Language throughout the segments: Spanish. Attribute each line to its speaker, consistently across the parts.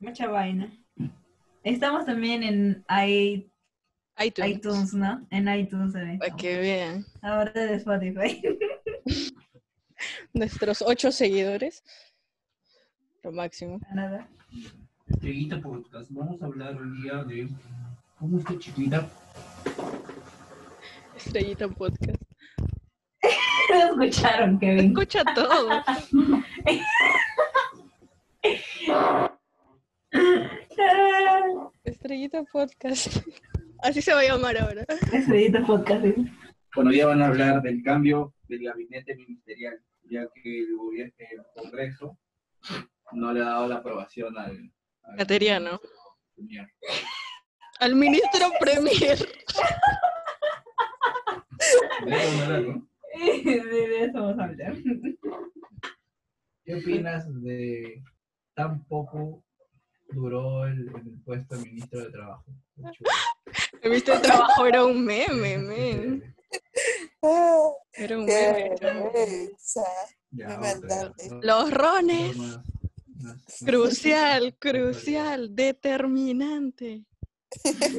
Speaker 1: Mucha vaina. Estamos también en i-
Speaker 2: iTunes.
Speaker 1: iTunes, ¿no? En iTunes también.
Speaker 2: Ay, qué bien.
Speaker 1: estamos. Ahora de Spotify.
Speaker 2: Nuestros ocho seguidores. Lo máximo.
Speaker 1: Nada.
Speaker 3: Estrellita Podcast. Vamos a hablar hoy día de cómo esta chiquita
Speaker 2: Estrellita Podcast.
Speaker 1: Lo escucharon, Kevin.
Speaker 2: Escucha todo.
Speaker 1: Ah,
Speaker 2: Estrellita Podcast. Así se va a llamar ahora.
Speaker 1: Estrellita podcast. ¿sí?
Speaker 3: Bueno, ya van a hablar del cambio del gabinete ministerial, ya que el, gobier- el Congreso no le ha dado la aprobación al... al-
Speaker 2: Cateriano.
Speaker 3: Premier.
Speaker 2: Al ministro Premier.
Speaker 3: De eso hablar, ¿no?
Speaker 1: Sí, de eso vamos a hablar.
Speaker 3: ¿Qué opinas de tan poco duró el, el puesto de ministro de Trabajo?
Speaker 2: El ministro de trabajo era un meme, men. Era un meme.
Speaker 3: Ya,
Speaker 4: Me
Speaker 3: otra,
Speaker 4: mandaste.
Speaker 3: ¿no?
Speaker 2: Los rones.
Speaker 3: Más- más-
Speaker 2: Crucial,
Speaker 3: más-
Speaker 2: crucial, determinante.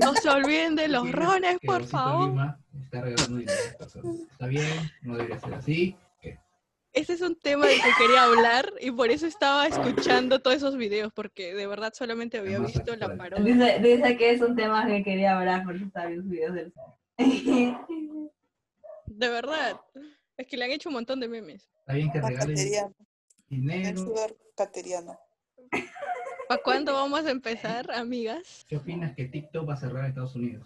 Speaker 2: No se olviden de los
Speaker 3: Opinas
Speaker 2: rones,
Speaker 3: que
Speaker 2: por
Speaker 3: Rosita
Speaker 2: favor.
Speaker 3: Lima está regalando dinero a las personas. Está bien, no debería ser así. ¿Qué?
Speaker 2: Ese es un tema del que quería hablar y por eso estaba escuchando todos esos videos, porque de verdad solamente había
Speaker 3: Además,
Speaker 2: visto la
Speaker 3: actual.
Speaker 2: parodia.
Speaker 1: Dice, dice que es un tema que quería hablar por sus sabios videos del
Speaker 2: De verdad. Es que le han hecho un montón de memes.
Speaker 3: Está bien que regalen
Speaker 4: Cateriano, el
Speaker 3: dinero.
Speaker 4: sudor cateriano.
Speaker 2: ¿Para cuándo vamos a empezar, amigas?
Speaker 3: ¿Qué opinas que TikTok va a cerrar en Estados Unidos?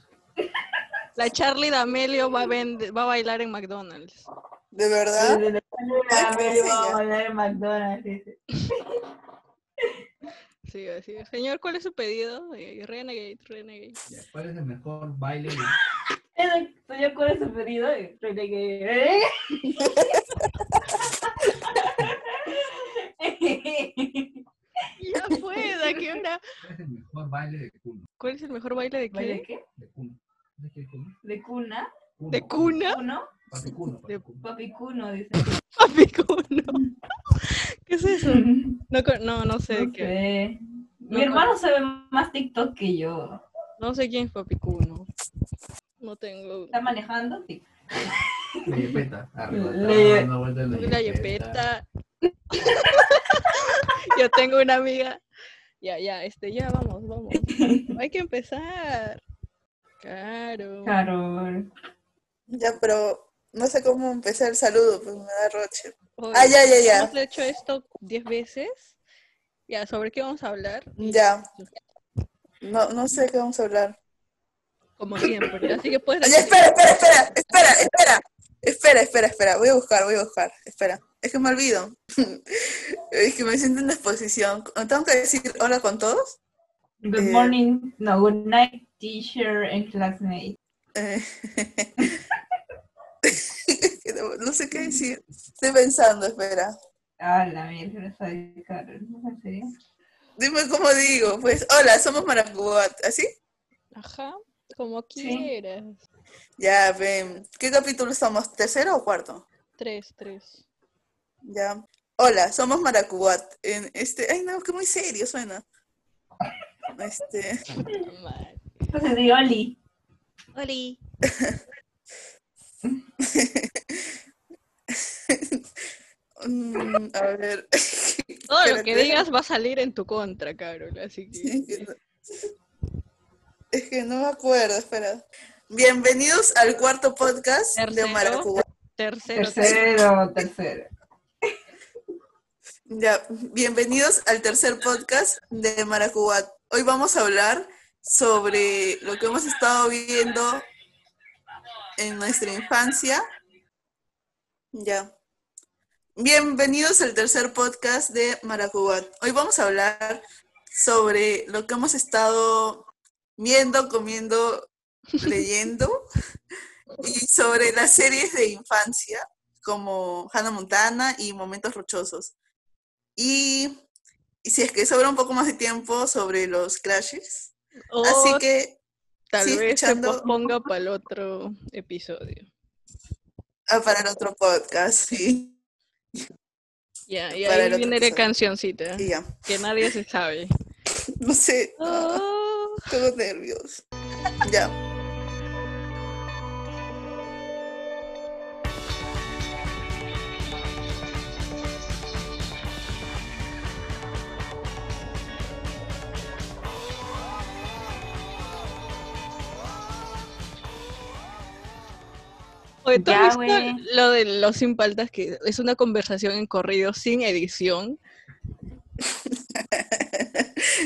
Speaker 2: La Charlie D'Amelio va a, vende- va a bailar en McDonald's.
Speaker 4: ¿De verdad?
Speaker 1: Desde la
Speaker 4: Ay, qué
Speaker 1: me
Speaker 4: señal.
Speaker 1: a hablar en McDonald's. dice.
Speaker 2: Sí, así. es. Señor, ¿cuál es su pedido? Eh, Renegade, Renegade.
Speaker 3: Ya, ¿Cuál es el mejor baile?
Speaker 1: Eso, Señor, ¿cuál es su pedido? Y René ¿eh? que-
Speaker 2: Ya pueda, qué hora?
Speaker 3: ¿Cuál es el mejor baile de cuna?
Speaker 2: ¿Cuál es el mejor baile de
Speaker 1: ¿De
Speaker 2: qué?
Speaker 1: qué?
Speaker 3: De cuna. ¿De qué cuna?
Speaker 1: ¿De cuna?
Speaker 3: Cuno,
Speaker 2: ¿De cuna?
Speaker 3: cuno,
Speaker 1: ¿Cuno?
Speaker 3: papi cuno, papi
Speaker 2: De-
Speaker 3: cuno.
Speaker 1: Papi cuno, dice.
Speaker 2: Papi Cuno. ¿Qué es eso?
Speaker 1: No
Speaker 2: No, con- no, no sé de qué.
Speaker 1: sé.
Speaker 2: No
Speaker 1: Mi hermano sabe más TikTok que yo.
Speaker 2: No sé quién es Papi Cuno. No tengo.
Speaker 1: ¿Está manejando? Sí.
Speaker 3: La yepeta. Arriba,
Speaker 1: Le-
Speaker 3: dando vuelta en
Speaker 2: La yepeta. Yo tengo una amiga. Ya, ya, este, ya, vamos, vamos. Hay que empezar. Claro.
Speaker 4: Ah,
Speaker 1: Carol.
Speaker 4: Ya, pero no sé cómo empezar el saludo, pues me da roche.
Speaker 2: Oye,
Speaker 4: Ah, ya, ya, ya.
Speaker 2: Hemos hecho esto 10 veces. Ya, ¿sobre qué vamos a hablar?
Speaker 4: Ya. No, no sé qué vamos a hablar.
Speaker 2: Como siempre. Así que puedes
Speaker 4: Oye,
Speaker 2: decir-
Speaker 4: espera, espera, espera, espera, espera. Espera, espera, espera. Voy a buscar, voy a buscar. Espera. Es que me olvido. Es que me siento en exposición. ¿Tengo que decir hola con todos?
Speaker 1: Good
Speaker 4: Eh.
Speaker 1: morning, no, good night, teacher and classmate.
Speaker 4: Eh, no, no sé qué decir. Estoy pensando, espera.
Speaker 1: Ah, la mierda, soy Carol. ¿En serio?
Speaker 4: Dime cómo digo. Pues, hola, somos Maracuat. ¿Así?
Speaker 2: Ajá, como
Speaker 1: Sí.
Speaker 2: quieras.
Speaker 4: Ya, ven. ¿Qué capítulo estamos? ¿Tercero o cuarto?
Speaker 2: Tres, tres.
Speaker 4: Ya. Hola, somos Maracuat. En este. Ay, no, que muy serio suena. Este.
Speaker 2: Puta madre.
Speaker 1: Entonces digo Oli.
Speaker 2: Oli.
Speaker 4: mm, a ver.
Speaker 2: Todo lo
Speaker 4: Espérate.
Speaker 2: que digas va a salir en tu contra, Carol, así que...
Speaker 4: Es que no me acuerdo, espera. Bienvenidos al cuarto podcast
Speaker 2: Tercero.
Speaker 4: de Maracuat.
Speaker 2: Tercero, tercero.
Speaker 1: Tercero, tercero.
Speaker 4: Ya, bienvenidos al tercer podcast de Maracuat. Hoy vamos a hablar sobre lo que hemos estado viendo en nuestra infancia. Ya. Bienvenidos al tercer podcast de Maracuat. Hoy vamos a hablar sobre lo que hemos estado viendo, comiendo, leyendo y sobre las series de infancia como Hannah Montana y Momentos Rochosos. Y, y si es que sobra un poco más de tiempo sobre los crashes.
Speaker 2: O
Speaker 1: Oh.
Speaker 4: Así que,
Speaker 2: tal
Speaker 4: sí,
Speaker 2: vez se
Speaker 4: escuchando.
Speaker 2: posponga para el otro episodio.
Speaker 4: ah, para el otro podcast, sí.
Speaker 2: Ya, y
Speaker 4: Para
Speaker 2: ahí
Speaker 4: el otro
Speaker 2: viene la
Speaker 4: episodio.
Speaker 2: cancioncita,
Speaker 4: Y ya.
Speaker 2: que nadie se sabe.
Speaker 4: No sé, ah,
Speaker 2: Oh,
Speaker 4: tengo nervios. Ya.
Speaker 2: Oye, ¿tú
Speaker 1: Ya,
Speaker 2: has visto
Speaker 1: güey.
Speaker 2: lo de los sin paltas que es una conversación en corrido sin edición?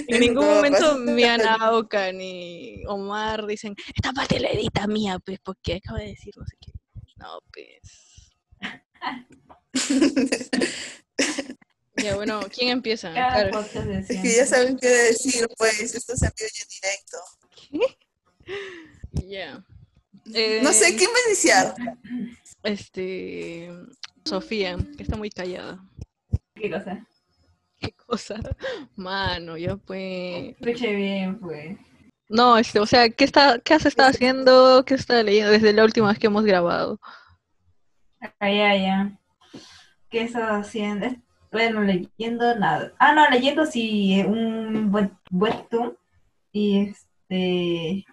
Speaker 2: En ningún
Speaker 4: No,
Speaker 2: momento Miana Oca ni Omar dicen, esta parte la edita mía, pues, porque acaba de decir no sé qué. No, pues. Ya, bueno, ¿quién empieza?
Speaker 1: Cada
Speaker 2: Claro.
Speaker 1: podcast de
Speaker 4: Es que ya
Speaker 1: siempre.
Speaker 4: saben qué decir, pues, esto se envió en directo.
Speaker 2: Ya. Eh,
Speaker 4: No sé, ¿quién va a iniciar?
Speaker 2: Este. Sofía, que está muy callada.
Speaker 1: ¿Qué cosa?
Speaker 2: ¿Qué cosa? Mano, yo pues.
Speaker 1: Escuche bien, pues.
Speaker 2: No, este, o sea, ¿qué, está, ¿qué has estado haciendo? ¿Qué has estado leyendo desde la última vez que hemos grabado?
Speaker 1: Ah, ya, ya. ¿Qué estás haciendo? Es- Bueno, leyendo nada. Ah, no, leyendo sí, eh, un web- webtoon. Y este.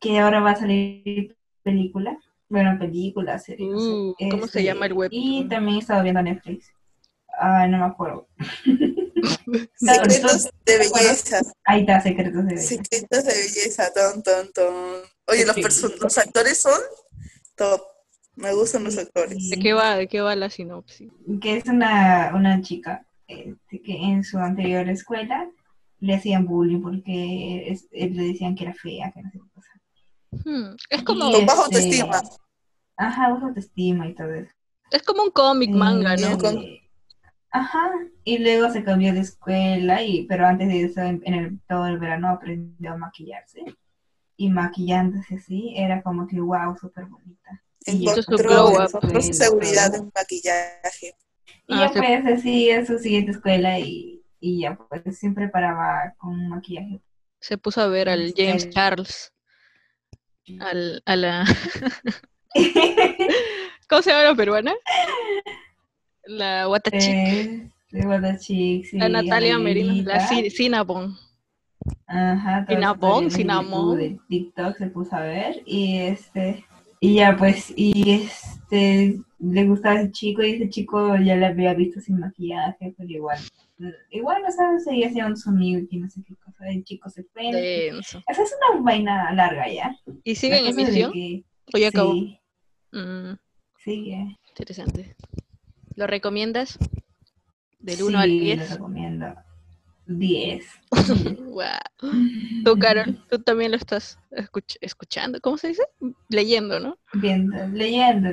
Speaker 1: Que ahora va a salir película. Bueno, película, serie. no sé. Este,
Speaker 2: Uh, ¿cómo se llama el webtoon?
Speaker 1: Y también he estado viendo Netflix. Ay, no me acuerdo. Claro,
Speaker 4: Secretos de
Speaker 1: entonces,
Speaker 4: belleza.
Speaker 1: Ahí está, secretos de Belleza.
Speaker 4: Secretos de belleza, ton, ton, ton. Oye, los, perso- los actores son top. Me gustan los actores.
Speaker 2: ¿De qué va, de qué va la sinopsis?
Speaker 1: que es una, una chica este, que en su anterior escuela le hacían bullying porque es- eh, le decían que era fea, que no sé qué cosa.
Speaker 2: Hmm, Es como,
Speaker 1: Y
Speaker 4: Con baja
Speaker 1: este,
Speaker 4: autoestima.
Speaker 1: Ajá, baja autoestima y todo eso.
Speaker 2: es como un cómic
Speaker 4: Mm,
Speaker 2: manga,
Speaker 1: Y,
Speaker 2: ¿no?
Speaker 4: Bien, con-
Speaker 1: eh, Ajá, y luego se cambió de escuela, y pero antes de eso, en, en el, todo el verano aprendió a maquillarse. Y maquillándose así, era como que wow, súper bonita. y eso
Speaker 4: Encontró,
Speaker 1: es su glow up,
Speaker 4: encontró su
Speaker 1: pues,
Speaker 4: seguridad
Speaker 1: todo.
Speaker 4: en maquillaje.
Speaker 1: Y
Speaker 2: Ah,
Speaker 1: ya
Speaker 2: se-
Speaker 1: pues así a su siguiente escuela y, y ya pues siempre paraba con un maquillaje.
Speaker 2: Se puso a ver al James
Speaker 1: Este-
Speaker 2: Charles. Al, a la... ¿Cómo se llama la peruana? La Watachi.
Speaker 1: Eh, de Guadachi, sí,
Speaker 2: la Natalia Merino. La
Speaker 1: Amelinita.
Speaker 2: Cin- Cinnabon.
Speaker 1: Ajá, todo
Speaker 2: Cinnabon,
Speaker 1: eso también en
Speaker 2: Cinnamon.
Speaker 1: YouTube, de TikTok se puso a ver y este y ya pues y este le gustaba ese chico y ese chico ya le había visto sin maquillaje, pero igual igual no sabes seguía siendo su amigo y no sé qué cosa, el chico se fue.
Speaker 2: Denso.
Speaker 1: Esa es una vaina larga ya.
Speaker 2: ¿Y
Speaker 1: La
Speaker 2: sigue en
Speaker 1: cosa de
Speaker 2: emisión?
Speaker 1: que-
Speaker 2: ¿O ya acabó?
Speaker 1: Sí,
Speaker 2: Mm,
Speaker 1: sigue.
Speaker 2: interesante. ¿Lo recomiendas? Del 1 al
Speaker 1: Sí,
Speaker 2: 10.
Speaker 1: lo recomiendo. 10.
Speaker 2: Guau. Tú, Carol, tú también lo estás escuch- escuchando. ¿Cómo se dice? Leyendo, ¿no?
Speaker 1: Viendo, leyendo, leyendo.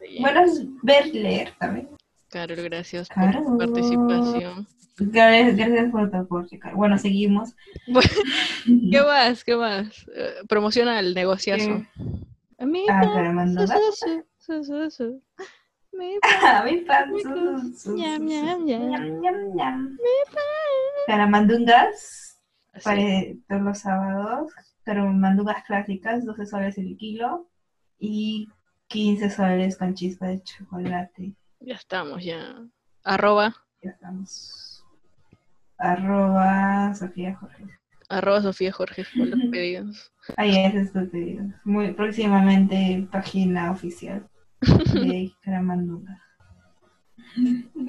Speaker 2: Leyendo.
Speaker 1: Bueno, es ver, leer también.
Speaker 2: Carol, gracias por
Speaker 1: Carol.
Speaker 2: tu participación.
Speaker 1: Gra- Gracias por tu aporte, Carol. Bueno, seguimos.
Speaker 2: ¿Qué más? ¿Qué más? Eh, promociona el negociazo.
Speaker 1: Eh,
Speaker 2: Amiga.
Speaker 1: Ah, Carol mandó. Ah,
Speaker 2: su, su, su, su, su. Mi pa-
Speaker 1: A mi pan.
Speaker 2: mi cu- Ñam, ñam, ñam.
Speaker 1: Ñam, ñam, ñam. Caramandungas
Speaker 2: Así.
Speaker 1: para todos los sábados. Caramandungas clásicas, 12 soles el kilo. Y 15 soles con chispa de chocolate.
Speaker 2: Ya estamos, ya. Arroba,
Speaker 1: Ya estamos. Arroba Sofía Jorge.
Speaker 2: arroba Sofía Jorge con los pedidos.
Speaker 1: Ahí es estos pedidos. Muy próximamente página oficial de Caramandunga.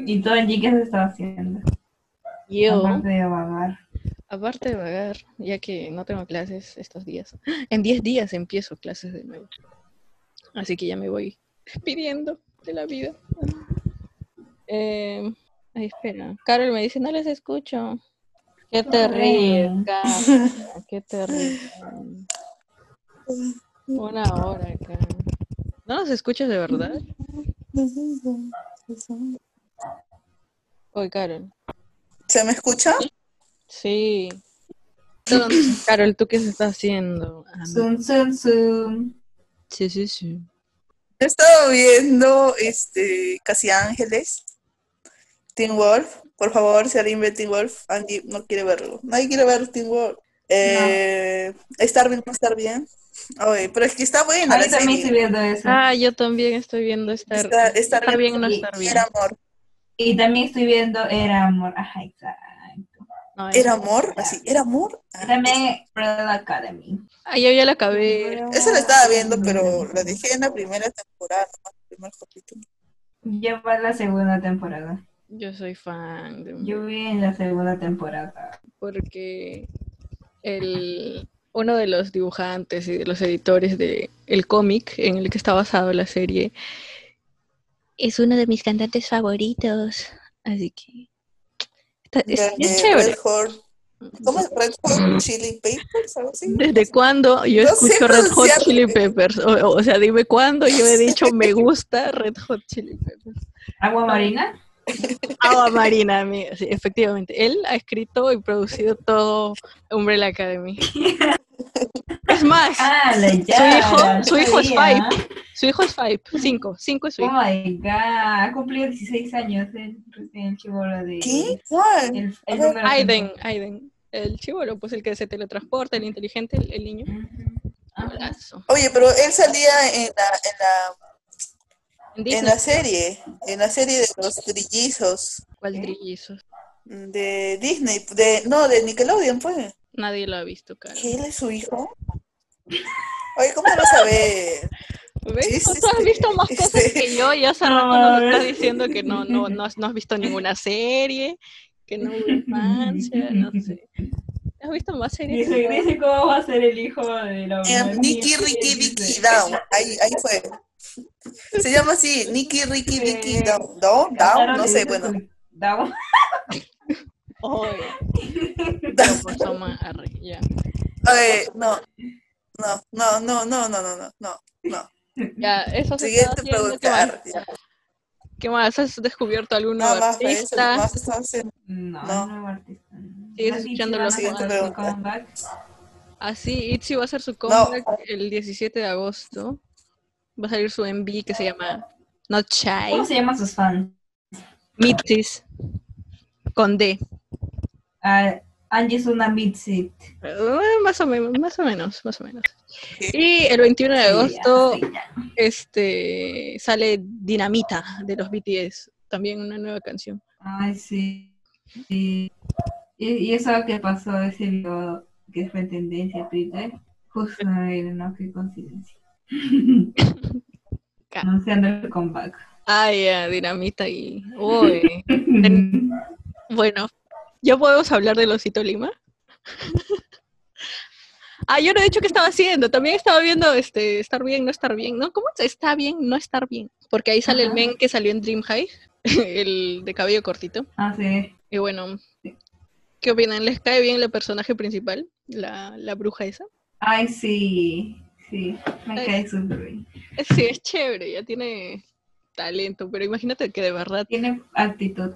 Speaker 1: Y todo allí que se está haciendo.
Speaker 2: Yo,
Speaker 1: Aparte de vagar.
Speaker 2: aparte de vagar, ya que no tengo clases estos días, en 10 días empiezo clases de nuevo. Así que ya me voy despidiendo de la vida. Eh, ay, espera. Carol me dice, no les escucho. Qué terrible, Carol. Qué terrible. Una hora acá. ¿No nos escuchas de verdad? Oye, Carol.
Speaker 4: ¿Se me escucha?
Speaker 2: Sí. Entonces, Carol, ¿tú qué se está haciendo? Ah, no.
Speaker 1: Zoom, zoom, zoom.
Speaker 2: Sí, sí, sí.
Speaker 4: Yo estaba viendo este, Casi Ángeles, Teen Wolf. Por favor, si alguien ve Teen Wolf, Angie no quiere verlo. Nadie quiere ver Teen Wolf. Eh, Estar bien, no estar bien. Oye, pero es que está buena la
Speaker 1: Ahí también
Speaker 4: serie.
Speaker 1: estoy viendo eso.
Speaker 2: Ah, yo también estoy viendo estar,
Speaker 4: Está, estar
Speaker 2: estar
Speaker 4: bien,
Speaker 2: bien, no estar bien.
Speaker 4: era amor.
Speaker 1: Y también estoy viendo Era Amor. Ajá, exacto.
Speaker 2: No,
Speaker 4: ¿Era
Speaker 2: esa-
Speaker 4: amor? Así, ¿era amor? Ah,
Speaker 1: También Umbrella Academy.
Speaker 2: Ah, yo ya la acabé.
Speaker 4: Esa la estaba viendo, pero la dejé en la primera temporada, ¿no? el primer capítulo.
Speaker 1: Ya va la segunda temporada.
Speaker 2: Yo soy fan de
Speaker 1: Yo vi en la segunda temporada.
Speaker 2: porque el, uno de los dibujantes y de los editores del el cómic en el que está basado la serie es uno de mis cantantes favoritos. Así que está- es,
Speaker 4: La
Speaker 2: es
Speaker 4: de
Speaker 2: chévere.
Speaker 4: Red Hot- ¿Cómo es Red Hot Chili Papers? Algo así.
Speaker 2: ¿Desde cuándo yo
Speaker 4: No sé
Speaker 2: escucho Red Hot
Speaker 4: pronunciar.
Speaker 2: Chili Peppers? O, o sea, dime cuándo yo he dicho me gusta Red Hot Chili Peppers.
Speaker 1: ¿Agua marina?
Speaker 2: Agua Marina, amiga. Sí, efectivamente. Él ha escrito y producido todo Umbrella Academy. Es más,
Speaker 1: Ah, la ya.
Speaker 2: hijo- su
Speaker 1: no
Speaker 2: hijo es
Speaker 1: sabía.
Speaker 2: su hijo es Five, cinco, cinco es su
Speaker 1: Oh
Speaker 2: hijo.
Speaker 1: my god, ha cumplido 16 años el, el chivolo de.
Speaker 4: ¿Qué? ¿Cuál?
Speaker 1: El, el
Speaker 4: Ah.
Speaker 1: número
Speaker 2: Aiden, Aiden. El chivolo, pues el que se teletransporta, el inteligente, el, el niño.
Speaker 1: Ujú. Ajá.
Speaker 2: Golazo.
Speaker 4: Oye, pero él salía en la, en la,
Speaker 2: En
Speaker 4: en
Speaker 2: Disney,
Speaker 4: la serie, en la serie de los trillizos
Speaker 2: ¿cuál trillizo?
Speaker 4: de Disney, de, no, de Nickelodeon, pues.
Speaker 2: Nadie lo ha visto, cara.
Speaker 4: ¿Que él es su hijo? Oye, ¿cómo lo sabe?
Speaker 2: ¿Ves?
Speaker 4: Sí, sí,
Speaker 2: Tú has
Speaker 4: sí.
Speaker 2: visto más
Speaker 4: Sí.
Speaker 2: cosas que yo y hace
Speaker 1: No,
Speaker 2: rato nos estás
Speaker 1: ¿ves?
Speaker 2: diciendo que no, no, no, has, no has visto ninguna serie, que no hubo infancia, no sé. ¿Has visto más series?
Speaker 1: Dice, dice cómo va a ser el hijo de la
Speaker 4: Eh,
Speaker 1: mamá.
Speaker 4: Nicky Ricky Dicky Down, ahí, ahí fue. Se llama así, Nicky Ricky Dicky
Speaker 1: Sí.
Speaker 4: Down, Down, Down, no sé, bueno.
Speaker 1: Down.
Speaker 2: Oye,
Speaker 4: Down.
Speaker 2: Toma, arre, ya.
Speaker 4: Oye, Eh, no, no, no, no, no, no, no, no, no, no.
Speaker 2: Ya, eso se está
Speaker 4: Siguiente
Speaker 2: haciendo, ¿qué
Speaker 4: pregunta.
Speaker 2: más? ¿Qué más? ¿Has descubierto algún
Speaker 4: Nada
Speaker 2: nuevo
Speaker 4: más, fue eso,
Speaker 2: artista?
Speaker 4: nada más estaba haciendo.
Speaker 1: No,
Speaker 4: No.
Speaker 1: no, no artista.
Speaker 2: Sigues
Speaker 1: Así
Speaker 2: escuchando
Speaker 1: se van
Speaker 2: los
Speaker 1: a hacer
Speaker 4: demás.
Speaker 1: su comeback.
Speaker 2: Así, Itzy va a hacer su comeback el 17 de agosto. Va a salir su MV que se llama Not Shy.
Speaker 1: ¿Cómo se llaman sus fans?
Speaker 2: Mitsis. Con D.
Speaker 1: Ah, Angie es una midsit.
Speaker 2: Eh, Más o menos, más o menos, más o menos. Y el 21 de agosto este, sale Dinamita de los BTS. También una nueva canción.
Speaker 1: Ay, sí. sí. Y, y eso que pasó, ese video que fue tendencia a Twitter, justo era, no, qué coincidencia. Anunciando el comeback.
Speaker 2: Ay, ah, Dinamita y... Uy. Bueno, ¿ya podemos hablar de Losito Lima? ah, yo no he dicho qué estaba haciendo. También estaba viendo este, Estar Bien, No Estar Bien. ¿No? ¿Cómo es? Está Bien, No Estar Bien? Porque ahí sale el
Speaker 1: Ajá.
Speaker 2: men que salió en Dream High, el de cabello cortito.
Speaker 1: Ah, sí.
Speaker 2: Y bueno, ¿qué opinan? ¿Les cae bien el personaje principal? La, la bruja esa.
Speaker 1: Ay, sí. Sí, me
Speaker 2: Ay.
Speaker 1: cae súper bien.
Speaker 2: Eh, Sí, es chévere, ya tiene talento, pero imagínate que de verdad
Speaker 1: Tiene actitud.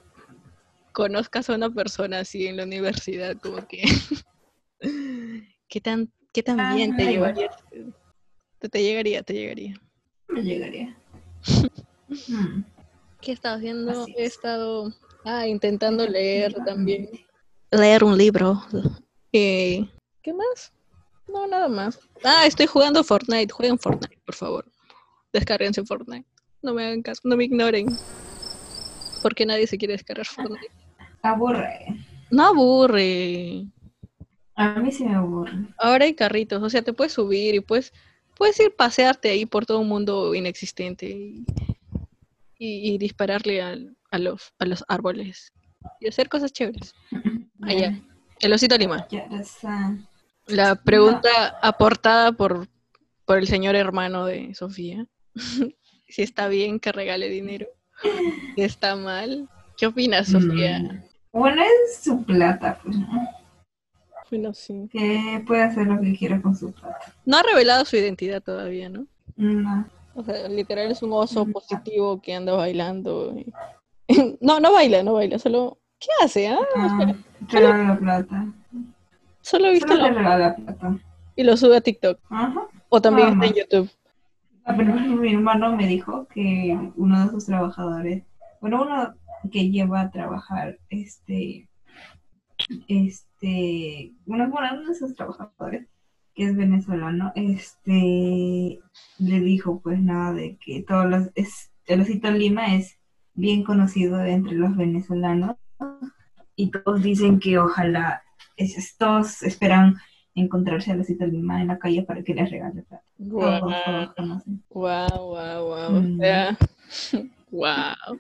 Speaker 2: conozcas a una persona así en la universidad, como que qué tan, qué tan
Speaker 1: Ah,
Speaker 2: bien te
Speaker 1: ay,
Speaker 2: llevaría. Te, te llegaría, te llegaría.
Speaker 1: Me llegaría. Mm.
Speaker 2: ¿Qué he estado haciendo?
Speaker 1: Así
Speaker 2: He
Speaker 1: es.
Speaker 2: estado ah, intentando leer también. Leer un libro. Eh, ¿Qué más? No, nada más. Ah, estoy jugando Fortnite. Jueguen Fortnite, por favor. Descárguense Fortnite. No me hagan caso, no me ignoren. Porque nadie se quiere descargar Fortnite.
Speaker 1: Aburre.
Speaker 2: No aburre.
Speaker 1: A mí sí me aburre.
Speaker 2: Ahora hay carritos, o sea, te puedes subir y puedes, puedes ir pasearte ahí por todo un mundo inexistente y, y- y dispararle al- a, los, a los árboles y hacer cosas chéveres. Ah, ya. El osito Lima.
Speaker 1: Ya, ya está.
Speaker 2: La pregunta aportada por, por el señor hermano de Sofía. si está bien que regale dinero. Si está mal. ¿Qué opinas, Sofía?
Speaker 1: Mm. Bueno, es su plata, pues, ¿no?
Speaker 2: Bueno, sí.
Speaker 1: Que puede hacer lo que quiera con su plata.
Speaker 2: No ha revelado su identidad todavía, ¿no?
Speaker 1: No.
Speaker 2: O sea, literal es un oso
Speaker 1: Ujú.
Speaker 2: positivo que anda bailando. y- No, no baila, no baila, solo... ¿Qué hace? ah?
Speaker 1: Ah, regala plata.
Speaker 2: Solo viste
Speaker 1: Solo te
Speaker 2: lo...
Speaker 1: regala plata.
Speaker 2: y lo sube a TikTok.
Speaker 1: Ajá.
Speaker 2: O también
Speaker 1: Ah.
Speaker 2: está en YouTube.
Speaker 1: Ah, pero mi hermano me dijo que uno de sus trabajadores, bueno, uno que lleva a trabajar, este, este, bueno, bueno, uno de sus trabajadores, que es venezolano, este, le dijo pues nada de que todos los, es, el osito Lima es bien conocido entre los venezolanos y todos dicen que ojalá, es- todos esperan encontrarse a la cita de en la calle para que les regale plata.
Speaker 2: Guau,
Speaker 1: Todos, todos conocen.
Speaker 2: guau, guau, guau.
Speaker 1: Mm.
Speaker 2: O sea, guau.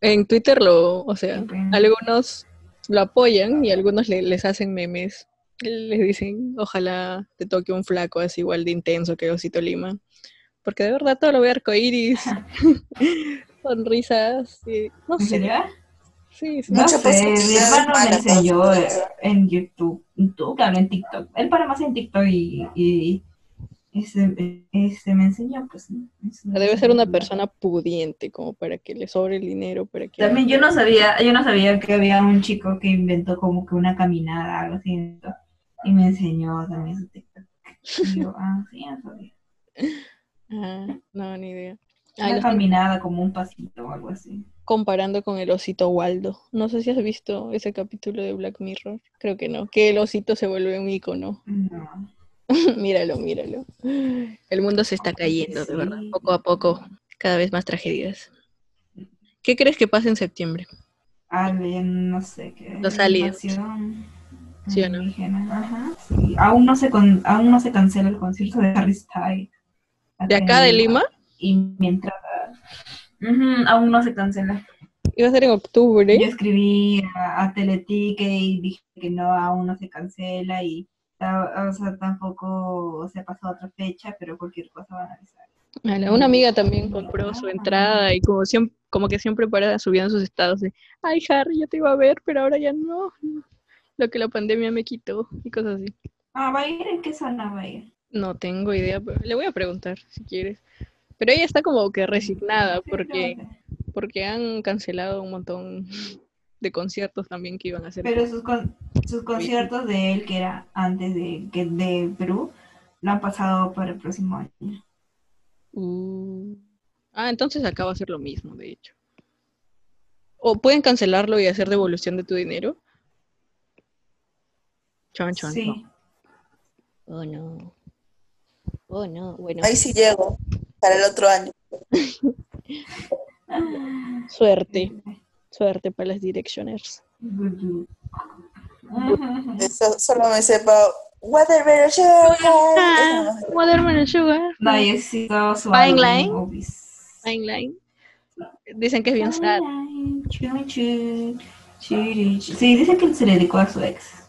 Speaker 2: En Twitter lo, o sea,
Speaker 1: Qué pena.
Speaker 2: algunos lo apoyan y algunos le- les hacen memes. Les dicen, ojalá te toque un flaco así igual de intenso que Osito Lima. Porque de verdad todo lo ve arcoíris, sonrisas, y, no
Speaker 1: ¿En
Speaker 2: sé.
Speaker 1: serio?
Speaker 2: Sí, sí.
Speaker 1: No
Speaker 4: Mucha
Speaker 1: sé, mi
Speaker 4: positividad
Speaker 1: hermano me
Speaker 4: para
Speaker 1: enseñó
Speaker 4: todos.
Speaker 1: eh, en YouTube, en YouTube, claro, en TikTok. Él para más en TikTok y, y, y se, eh, se me enseñó, pues. es-
Speaker 2: Debe ser una persona pudiente, como para que le sobre el dinero, para que...
Speaker 1: También yo no sabía, yo no sabía que había un chico que inventó como que una caminada, algo así, en TikTok, y me enseñó también su TikTok. Y yo, ah, sí, ya sabía.
Speaker 2: Ah, no, ni idea. Ay,
Speaker 1: Una
Speaker 2: los-
Speaker 1: caminada como un pasito o algo así.
Speaker 2: comparando con el osito Waldo. No sé si has visto ese capítulo de Black Mirror. Creo que no. Que el osito se vuelve un icono.
Speaker 1: No.
Speaker 2: míralo, míralo. El mundo se está cayendo, de verdad.
Speaker 1: Sí.
Speaker 2: Poco a poco, cada vez más tragedias. ¿Qué crees que pase en septiembre?
Speaker 1: Alien, no sé qué.
Speaker 2: Los aliens.
Speaker 1: invasión
Speaker 2: ¿Sí o no?
Speaker 1: alienígena, ajá, sí. Aún no se con- aún no se cancela el concierto de Harry Styles.
Speaker 2: ¿De acá
Speaker 1: Eh,
Speaker 2: de Lima?
Speaker 1: Y mientras Ujú, aún no se cancela.
Speaker 2: Iba a ser en octubre.
Speaker 1: Yo escribí a, a Teletique y dije que no, aún no se cancela y ta- o sea, tampoco se ha pasado otra fecha, pero cualquier cosa van a avisar.
Speaker 2: A la- Una amiga también compró su
Speaker 1: Ah.
Speaker 2: entrada y como siempre, como que siempre para subiendo sus estados de, ay Harry, yo te iba a ver, pero ahora ya no. Lo que la pandemia me quitó y cosas así.
Speaker 1: Ah, ¿va a ir? ¿En qué zona va a ir?
Speaker 2: No tengo idea, pero le voy a preguntar si quieres. Pero ella está como que resignada
Speaker 1: Sí,
Speaker 2: porque,
Speaker 1: no sé.
Speaker 2: porque han cancelado un montón de conciertos también que iban a hacer.
Speaker 1: Pero sus, con- sus conciertos de él, que era antes de, que de Perú, lo han pasado para el próximo año.
Speaker 2: Uh. Ah, entonces acá va a ser lo mismo, de hecho. O pueden cancelarlo y hacer devolución de tu dinero. Chon, chon, chon.
Speaker 1: Sí.
Speaker 2: Oh no. Oh no, bueno.
Speaker 4: Ahí sí llego, para el otro año.
Speaker 2: Suerte, suerte para las directioners.
Speaker 1: Good look.
Speaker 4: Eso solo me sepa Watermelon Sugar. Eso
Speaker 1: Ah,
Speaker 4: nomás.
Speaker 2: Watermelon and Sugar.
Speaker 1: No, yo sí, todo su
Speaker 2: Fine
Speaker 1: álbum,
Speaker 2: Line.
Speaker 1: Obis.
Speaker 2: Fine Line. Dicen que es bien
Speaker 1: Fine
Speaker 2: sad.
Speaker 1: Line, chun, chun, chiri, chi- Sí, dicen que él se le dedicó a su ex.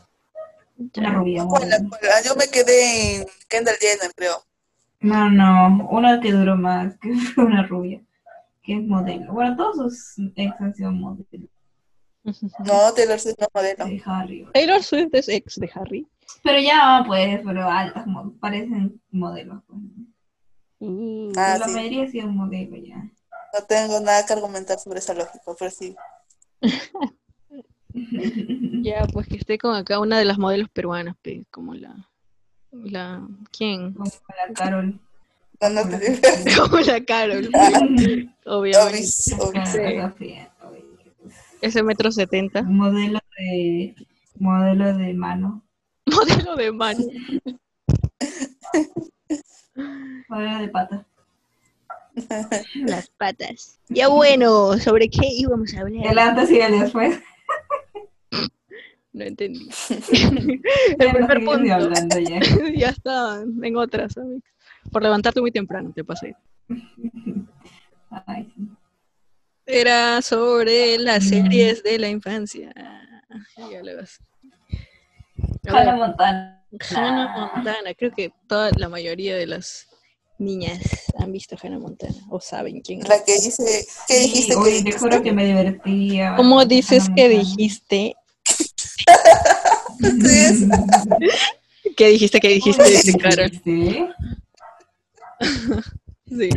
Speaker 1: Una rubia. muy
Speaker 4: ¿Cuál,
Speaker 1: buena.
Speaker 4: cuál? Yo me quedé en Kendall Jenner, creo.
Speaker 1: No, no, una que duró más, que fue una rubia, que es modelo. Bueno, todos sus ex han sido modelos.
Speaker 4: No, Taylor Swift no modelo.
Speaker 1: De Harry.
Speaker 2: Taylor Swift es ex de Harry.
Speaker 1: Pero ya, pues, pero altas, mo- parecen modelos. pues.
Speaker 2: Uh,
Speaker 4: Ah,
Speaker 1: la
Speaker 4: sí.
Speaker 1: mayoría ha sido modelo ya.
Speaker 4: No tengo nada que argumentar sobre esa lógica, pero sí.
Speaker 2: Ya, pues que esté con acá una de las modelos peruanas, pe, como la. la ¿Quién?
Speaker 1: Como la Carol.
Speaker 4: No, no te digo.
Speaker 2: Como la Carol, obviamente.
Speaker 4: Obis,
Speaker 1: Como
Speaker 4: obis.
Speaker 1: la Sofía, oye.
Speaker 2: Ese metro setenta.
Speaker 1: Modelo de modelo de mano.
Speaker 2: Modelo de mano.
Speaker 1: Modelo de pata.
Speaker 2: Las patas. Ya bueno, ¿sobre qué íbamos a hablar?
Speaker 1: El antes y el después.
Speaker 2: No entendí.
Speaker 1: Ya
Speaker 2: El
Speaker 1: no
Speaker 2: primer
Speaker 1: sigo ni
Speaker 2: punto.
Speaker 1: hablando ya.
Speaker 2: ya está, en otras, Amix. Por levantarte muy temprano, te pasé.
Speaker 1: Ay, sí.
Speaker 2: Era sobre las
Speaker 1: Mm.
Speaker 2: series de la infancia. Ya lo vas. A ver,
Speaker 1: Hannah Montana.
Speaker 2: Hannah Montana, creo que toda la mayoría de las niñas han visto Hannah Montana o saben quién es.
Speaker 4: La que dice, ¿qué
Speaker 1: Sí,
Speaker 4: dijiste que
Speaker 1: oye, te juro que me divertía.
Speaker 2: ¿Cómo dices
Speaker 1: Hannah
Speaker 2: que
Speaker 1: Montana.
Speaker 2: dijiste?
Speaker 4: dijiste?
Speaker 2: ¿Qué dijiste que dijiste?
Speaker 1: Uy,
Speaker 2: Dice Carol.
Speaker 1: ¿sí?
Speaker 2: Sí.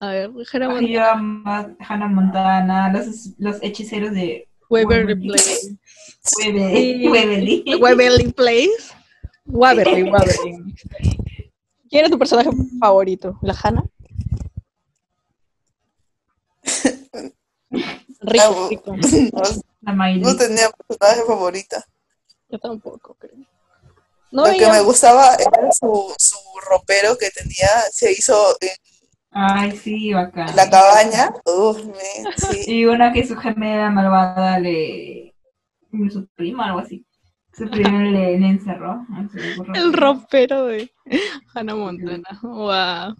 Speaker 2: A ver, Hannah
Speaker 1: Ay,
Speaker 2: Montana.
Speaker 1: Yo amaba Hannah Montana, los, los hechiceros de
Speaker 2: Waverly
Speaker 1: Waverly.
Speaker 2: Place. Sí.
Speaker 1: Webe- Webeli.
Speaker 2: Waverly Place. Waverly, Waverly. ¿Quién es tu personaje favorito? ¿La Hannah? Rico,
Speaker 4: Ah,
Speaker 2: rico.
Speaker 4: No,
Speaker 1: La Miley.
Speaker 4: no tenía personaje favorita.
Speaker 2: Yo tampoco creo. No
Speaker 4: Lo que
Speaker 2: veía,
Speaker 4: me gustaba era su, su ropero que tenía, se hizo en
Speaker 1: Ay, sí,
Speaker 2: Ah,
Speaker 1: bacán.
Speaker 4: La cabaña. Uf, me- sí.
Speaker 1: Y una que su gemela malvada le. su prima, algo así. Su prima le, le encerró. no se le ocurrió.
Speaker 2: El rompero de Hannah Montana. Wow.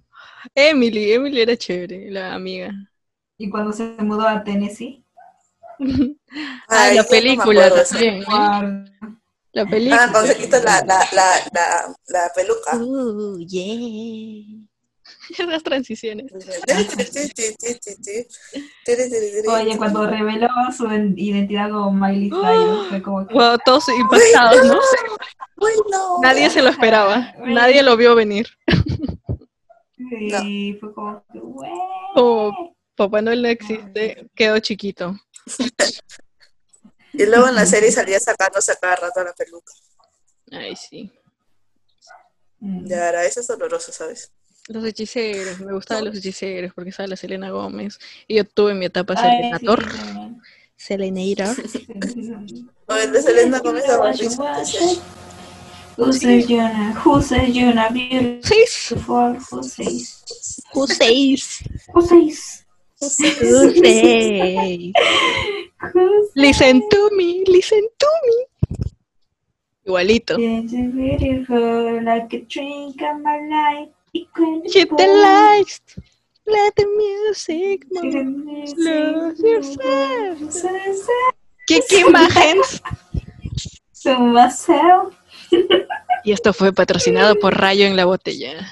Speaker 2: Emily, Emily era chévere, la amiga.
Speaker 1: Y cuando se mudó a Tennessee,
Speaker 2: Ah,
Speaker 4: Ay,
Speaker 2: la
Speaker 4: yo no me
Speaker 2: película
Speaker 4: acuerdo,
Speaker 2: también. ¿eh?
Speaker 1: guarda.
Speaker 2: La película.
Speaker 4: Ah, cuando se quita la, la, la, la, la peluca.
Speaker 2: Uh, yeah. Las transiciones.
Speaker 1: Oye, cuando reveló su en- identidad como Miley Cyrus, fue como que.
Speaker 2: Wow, todos impactados, ¿no?
Speaker 4: Bueno.
Speaker 2: Nadie se lo esperaba.
Speaker 1: Güey.
Speaker 2: Nadie lo vio venir.
Speaker 1: Sí, fue como que, "Güey".
Speaker 2: Como Papá Noel no existe, quedó chiquito.
Speaker 4: Y luego en la serie salía sacándose a cada rato la peluca.
Speaker 2: Ay, sí.
Speaker 1: Mm.
Speaker 4: Ya, ahora eso es doloroso, ¿sabes?
Speaker 2: Los hechiceros, me gustaban los hechiceros porque estaba la Selena Gómez. Y yo tuve mi etapa
Speaker 1: Ay,
Speaker 2: Selena
Speaker 1: sí,
Speaker 2: Tor.
Speaker 1: también.
Speaker 2: Seleneira.
Speaker 4: O el de Selena Gómez la barriga.
Speaker 1: Who says you're not- who says you're not beautiful?
Speaker 2: Seis.
Speaker 1: Who says?
Speaker 2: Seis.
Speaker 1: Who says?
Speaker 2: Seis.
Speaker 1: Who says
Speaker 2: Listen to me, listen to me. Igualito.
Speaker 1: you're beautiful like a drink of my life? Equally
Speaker 2: Hit the
Speaker 1: born.
Speaker 2: lights, let the music
Speaker 1: To the
Speaker 2: move,
Speaker 1: music
Speaker 2: lose yourself.
Speaker 1: of sunset.
Speaker 2: ¿Qué, qué imagen?
Speaker 1: To myself.
Speaker 2: Y esto fue patrocinado por Rayo en la Botella.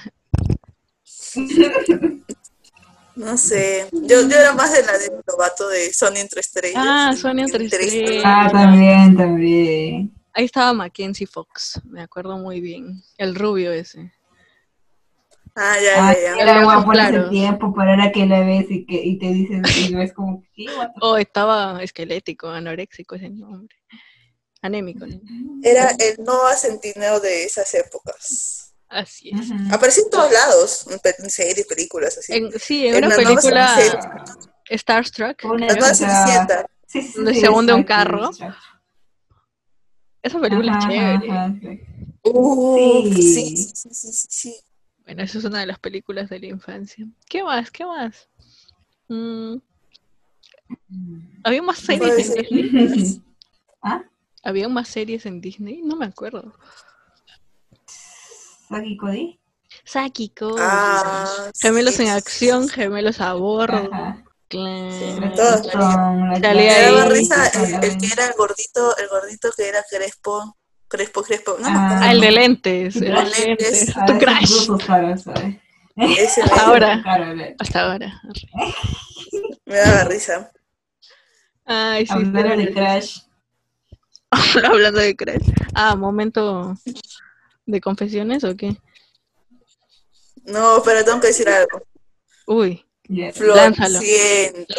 Speaker 4: No sé. Yo, yo era más de la del novato de Sony entre estrellas.
Speaker 2: Ah, Sonia entre estrellas.
Speaker 1: Ah, también, también.
Speaker 2: Ahí estaba Mackenzie Fox, me acuerdo muy bien. El rubio ese.
Speaker 4: Ah, ya,
Speaker 1: Ah,
Speaker 4: ya, ya.
Speaker 1: era guapo en
Speaker 2: Claro.
Speaker 1: ese tiempo, pero ahora que la ves y, que, y te dicen, y ves como, ¿qué? What the
Speaker 2: Oh, estaba esquelético, anoréxico ese nombre. Anémico. ¿no?
Speaker 4: Era el Nova Centineo de esas épocas.
Speaker 2: Así es.
Speaker 1: Ujú.
Speaker 4: Apareció en todos lados, en pe- en series, películas, así.
Speaker 2: En- sí, en
Speaker 4: En
Speaker 2: una
Speaker 4: las nuevas
Speaker 2: película
Speaker 4: series.
Speaker 2: Starstruck.
Speaker 1: Una
Speaker 4: Las
Speaker 2: creo.
Speaker 4: nuevas
Speaker 1: Era-
Speaker 4: Cenicientas.
Speaker 1: Sí, sí,
Speaker 2: Donde
Speaker 1: sí,
Speaker 2: se hunde un
Speaker 1: exacto,
Speaker 2: carro.
Speaker 1: exacto.
Speaker 2: Esa película es
Speaker 1: Ajá,
Speaker 2: chévere.
Speaker 1: ajá, sí.
Speaker 4: Uh,
Speaker 1: Sí.
Speaker 4: sí, sí, sí, sí, sí, sí.
Speaker 2: Bueno, esa es una de las películas de la infancia. ¿Qué más? ¿Qué más? Mm, ¿Había más
Speaker 4: Puede
Speaker 2: series en
Speaker 4: ser.
Speaker 2: Disney?
Speaker 1: ¿Ah?
Speaker 2: ¿Había más series en Disney? No me acuerdo.
Speaker 1: Saki Cody.
Speaker 2: Sakiko.
Speaker 4: Ah,
Speaker 2: gemelos
Speaker 4: sí,
Speaker 2: en
Speaker 4: sí, sí,
Speaker 2: acción,
Speaker 4: sí.
Speaker 2: gemelos a bordo.
Speaker 1: Ajá.
Speaker 2: Claro.
Speaker 4: todas.
Speaker 1: Con la
Speaker 2: Salía
Speaker 4: Me
Speaker 2: ahí.
Speaker 4: daba
Speaker 2: Sí,
Speaker 4: risa
Speaker 1: con la-
Speaker 4: el, el que era el gordito, el gordito que era Crespo, Crespo, Crespo, no me
Speaker 1: Ah,
Speaker 4: acuerdo.
Speaker 2: Ah, el de lentes. el de
Speaker 4: Los
Speaker 2: lentes.
Speaker 4: lentes.
Speaker 1: Ah,
Speaker 2: Tu
Speaker 1: esos
Speaker 2: crush.
Speaker 1: rusos caros, ¿sabes?
Speaker 4: Ese me,
Speaker 2: Ahora.
Speaker 1: Caros, ¿eh?
Speaker 2: Hasta ahora.
Speaker 4: me daba risa.
Speaker 2: Ay, sí.
Speaker 1: Hablando de
Speaker 2: estaba
Speaker 1: crash.
Speaker 2: gracioso. Hablando de crash. Ah, momento de confesiones o qué?
Speaker 4: No, pero tengo que decir algo.
Speaker 2: Uy,
Speaker 1: ya.
Speaker 2: Lánzalo.
Speaker 4: Floricienta,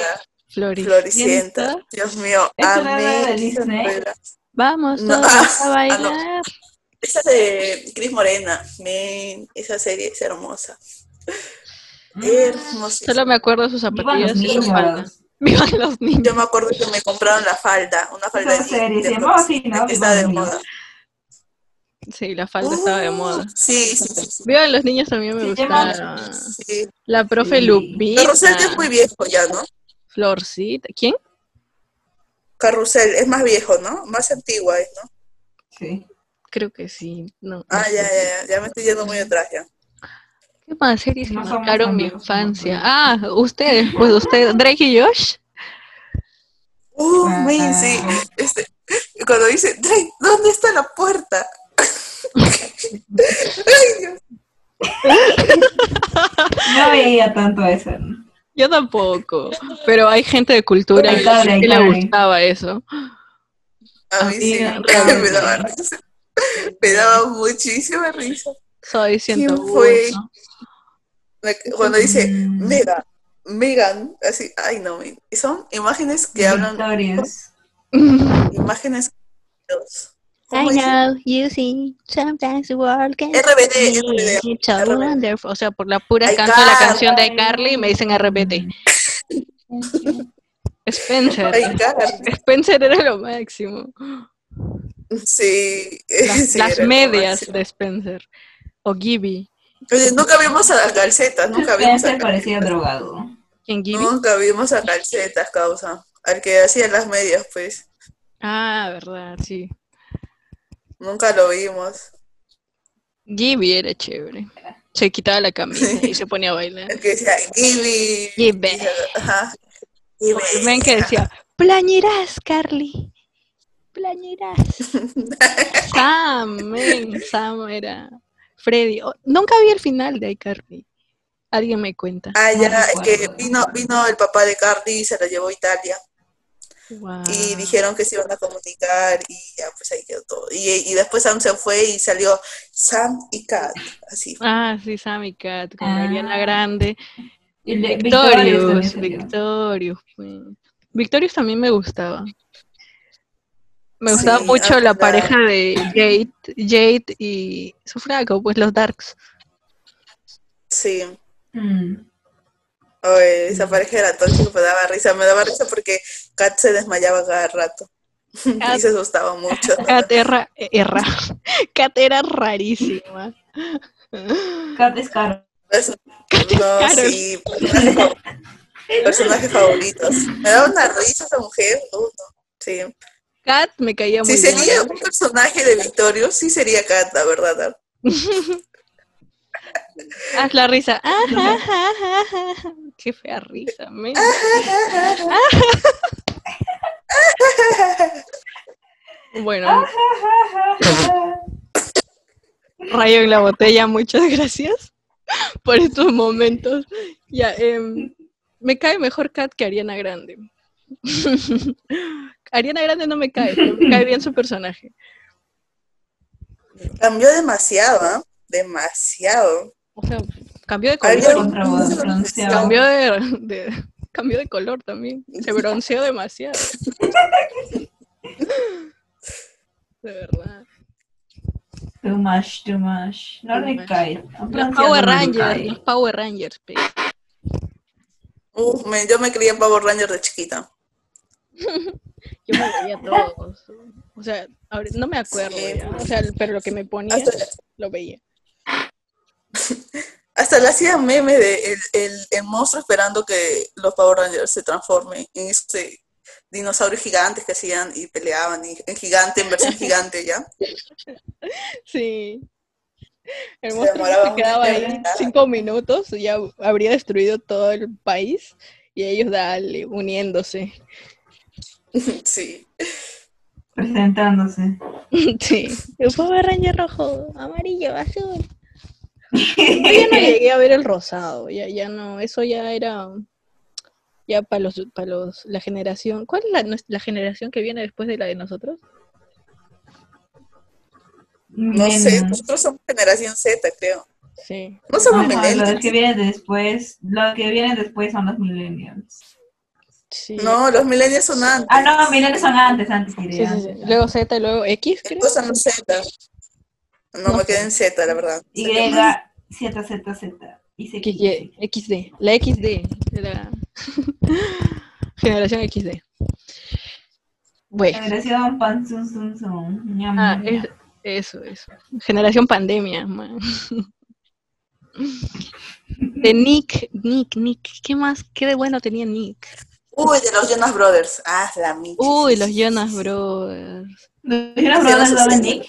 Speaker 2: floricienta.
Speaker 4: Floricienta. Dios mío,
Speaker 1: Eso no era de
Speaker 4: amé esa
Speaker 1: Disney.
Speaker 4: novela.
Speaker 2: Vamos
Speaker 4: No.
Speaker 2: todos a
Speaker 4: Ah, no.
Speaker 2: bailar.
Speaker 4: Esa de Cris Morena, men, esa serie es hermosa. Hermosa.
Speaker 2: Solo me acuerdo de sus
Speaker 1: Vivan
Speaker 2: zapatillas
Speaker 1: Mm. los
Speaker 2: y su falda.
Speaker 1: niños.
Speaker 2: Vivan los niños.
Speaker 4: Yo me acuerdo que me compraron la falda, una falda
Speaker 1: Esa serie se
Speaker 4: de
Speaker 1: llamaba así, ¿no?
Speaker 4: que está
Speaker 1: Vivan
Speaker 4: de
Speaker 1: los
Speaker 4: moda.
Speaker 2: Sí, la falda estaba
Speaker 1: Oh.
Speaker 2: de moda.
Speaker 4: Uh, Sí, sí, sí. sí.
Speaker 2: Vivan los niños también me
Speaker 1: Se llama-
Speaker 2: gustaba.
Speaker 4: sí.
Speaker 2: La profe
Speaker 1: Sí.
Speaker 2: Lupita.
Speaker 4: Carrusel ya es muy viejo ya, ¿no?
Speaker 2: Florcita. ¿Quién?
Speaker 4: Carrusel es más viejo, ¿no? Más antigua es, ¿no?
Speaker 1: Sí.
Speaker 2: Creo que sí. No.
Speaker 4: Ah,
Speaker 2: no
Speaker 4: ya,
Speaker 2: sé.
Speaker 4: ya, ya, ya me estoy yendo muy atrás ya.
Speaker 2: ¿Qué más series que
Speaker 1: No somos
Speaker 2: marcaron mi
Speaker 1: amigos, somos
Speaker 2: infancia? Ah, ustedes, pues ustedes, Drake y Josh.
Speaker 4: Uh,
Speaker 1: Ah.
Speaker 4: men, sí. Este, cuando dice, Drake, ¿dónde está la puerta? Ay, Dios.
Speaker 1: No veía tanto eso. ¿no?
Speaker 2: Yo tampoco. Pero hay gente de cultura
Speaker 1: Ay, Karen,
Speaker 2: que le
Speaker 1: Karen.
Speaker 2: gustaba eso.
Speaker 4: A mí sí,
Speaker 1: A mí Ah, realmente.
Speaker 4: me daba risa. Me daba muchísima risa.
Speaker 2: Soy
Speaker 4: ¿Quién
Speaker 2: 101.
Speaker 4: fue? La que- Cuando dice,
Speaker 1: Mm.
Speaker 4: Mega, Megan, así, ay no, men. Y son imágenes que hablan,
Speaker 1: Victorious.
Speaker 4: imágenes. ¿Cómo
Speaker 2: I
Speaker 4: dice?
Speaker 2: know you see sometimes the world can
Speaker 4: RBD,
Speaker 2: be
Speaker 4: RBD,
Speaker 2: so
Speaker 4: RBD.
Speaker 2: wonderful. O sea, por la pura
Speaker 4: Ay,
Speaker 2: canto de la
Speaker 4: Carla.
Speaker 2: canción de Carly me dicen
Speaker 1: Mm.
Speaker 2: RBT. Spencer.
Speaker 4: Ay, Carla.
Speaker 2: Spencer era lo máximo.
Speaker 4: Sí,
Speaker 2: Las,
Speaker 4: sí,
Speaker 2: las
Speaker 4: era lo
Speaker 2: medias
Speaker 4: máximo.
Speaker 2: de Spencer. O Gibby.
Speaker 4: Oye, nunca vimos a las calcetas, nunca vimos a
Speaker 1: Spencer parecía drogado.
Speaker 2: ¿En Gibi?
Speaker 4: Nunca vimos a calcetas, causa. Al que hacía las medias, pues.
Speaker 2: Ah, verdad, sí.
Speaker 4: Nunca lo vimos.
Speaker 2: Gibi era chévere. Se quitaba la camisa y se ponía a bailar.
Speaker 4: El que decía, Gibby.
Speaker 2: Gibby.
Speaker 4: Ajá. Gibby.
Speaker 2: Pues Ven que decía, plañerás, Carly. Plañerás. Sam, men, Sam era Freddy. Oh, nunca vi el final de iCarly. Alguien me cuenta.
Speaker 4: Ah, ya, es
Speaker 1: No
Speaker 4: que
Speaker 1: recuerdo.
Speaker 4: vino, vino el papá de Carly y se la llevó a Italia.
Speaker 2: Wow.
Speaker 4: Y dijeron que se iban a comunicar y ya, pues ahí quedó todo. Y, y después Sam se fue y salió Sam y Kat. Así.
Speaker 2: Ah, sí, Sammy Cat con
Speaker 1: Ah.
Speaker 2: Ariana Grande.
Speaker 1: Y le-
Speaker 2: Victorious,
Speaker 1: también salió.
Speaker 2: Victorious. pues. Victorious también me gustaba. Me
Speaker 4: Sí,
Speaker 2: gustaba mucho
Speaker 4: ah,
Speaker 2: la
Speaker 4: claro.
Speaker 2: pareja de Jade, Jade y su fraco, pues los Darks.
Speaker 4: Sí.
Speaker 1: Mm.
Speaker 4: Oye, esa pareja era tóxica, me daba risa. Me daba risa porque Kat se desmayaba cada rato.
Speaker 2: Kat-
Speaker 4: Y se asustaba mucho.
Speaker 2: Kat era, era, Kat era rarísima.
Speaker 1: Kat es caro.
Speaker 4: Pues,
Speaker 2: Kat es
Speaker 4: No,
Speaker 2: Carol.
Speaker 4: sí, personajes favor- personajes favoritos. Me daba una risa esa mujer. uh, no. Sí.
Speaker 2: Kat me caía muy
Speaker 4: Si sería
Speaker 2: bien.
Speaker 4: un personaje de Victorio, sí sería Kat, la verdad.
Speaker 2: Haz la risa. Ah, Ajá, ajá, ajá, ajá. Qué fea risa, men. Bueno, rayo en la botella, muchas gracias por estos momentos. Ya, em, me cae mejor Kat que Ariana Grande. Ariana Grande no me cae, pero me cae bien su personaje.
Speaker 4: Cambió demasiado, ¿ah? Demasiado.
Speaker 2: O sea, cambió de
Speaker 4: Había
Speaker 2: color.
Speaker 1: Algo- Contrabando, bronceado.
Speaker 2: Cambió de, de- cambió de color también. Se bronceó demasiado. De verdad.
Speaker 1: Too much, too much. No
Speaker 2: Too
Speaker 1: le
Speaker 2: much.
Speaker 1: cae.
Speaker 2: Los Power Rangers, los
Speaker 1: No,
Speaker 2: Power Rangers. pe.
Speaker 4: Uf, me- yo me crié en Power Ranger de chiquita.
Speaker 2: Yo me veía todos. O sea, ahora- no me acuerdo.
Speaker 4: Sí.
Speaker 2: ya. O sea, pero lo que me ponía,
Speaker 4: Hasta,
Speaker 2: lo veía.
Speaker 4: hasta le hacía meme de el, el- el monstruo esperando que los Power Rangers se transformen en este dinosaurios gigantes que hacían y peleaban y en gigante, en versión gigante ya.
Speaker 2: Sí. El
Speaker 4: Se
Speaker 2: monstruo
Speaker 4: demoraba
Speaker 2: se
Speaker 4: una
Speaker 2: quedaba ahí
Speaker 4: eternidad.
Speaker 2: cinco minutos y ya habría destruido todo el país. Y ellos, dale, uniéndose.
Speaker 4: Sí.
Speaker 1: Presentándose.
Speaker 2: Sí. El Power Ranger rojo, amarillo, azul. Yo ya no llegué a ver el rosado, ya, ya no, eso ya era ya para los, para los, la generación, ¿cuál es la, nues- la generación que viene después de la de nosotros?
Speaker 4: No sé,
Speaker 1: Millennium.
Speaker 4: nosotros somos generación Z, creo.
Speaker 2: Sí.
Speaker 4: No somos
Speaker 1: No, no, los
Speaker 4: millennials.
Speaker 1: que vienen después, los que vienen después son los millennials.
Speaker 2: Sí.
Speaker 4: No, los millennials son antes.
Speaker 1: Ah, no, millennials son antes, antes que
Speaker 2: Sí, sí, sí.
Speaker 1: antes.
Speaker 2: Luego Z y luego X, creo.
Speaker 4: Después son los Z. No,
Speaker 2: No
Speaker 4: me
Speaker 2: sé.
Speaker 4: quedé en Z, la verdad.
Speaker 1: Y, Z, Z, Z. Y se
Speaker 2: X, Y, XD, la XD, de la generación XD. Bueno,
Speaker 1: Generación pan, zum, zum, zum. Ñam,
Speaker 2: ah,
Speaker 1: ñam,
Speaker 2: es-
Speaker 1: ñam.
Speaker 2: eso, eso. Generación pandemia, man. De Nick, Nick, Nick. ¿Qué más? ¿Qué de bueno tenía Nick?
Speaker 4: Uy, de los Jonas Brothers. Ah, la michi.
Speaker 2: Uy, los Jonas Brothers.
Speaker 1: ¿Los Jonas Brothers daban Nick?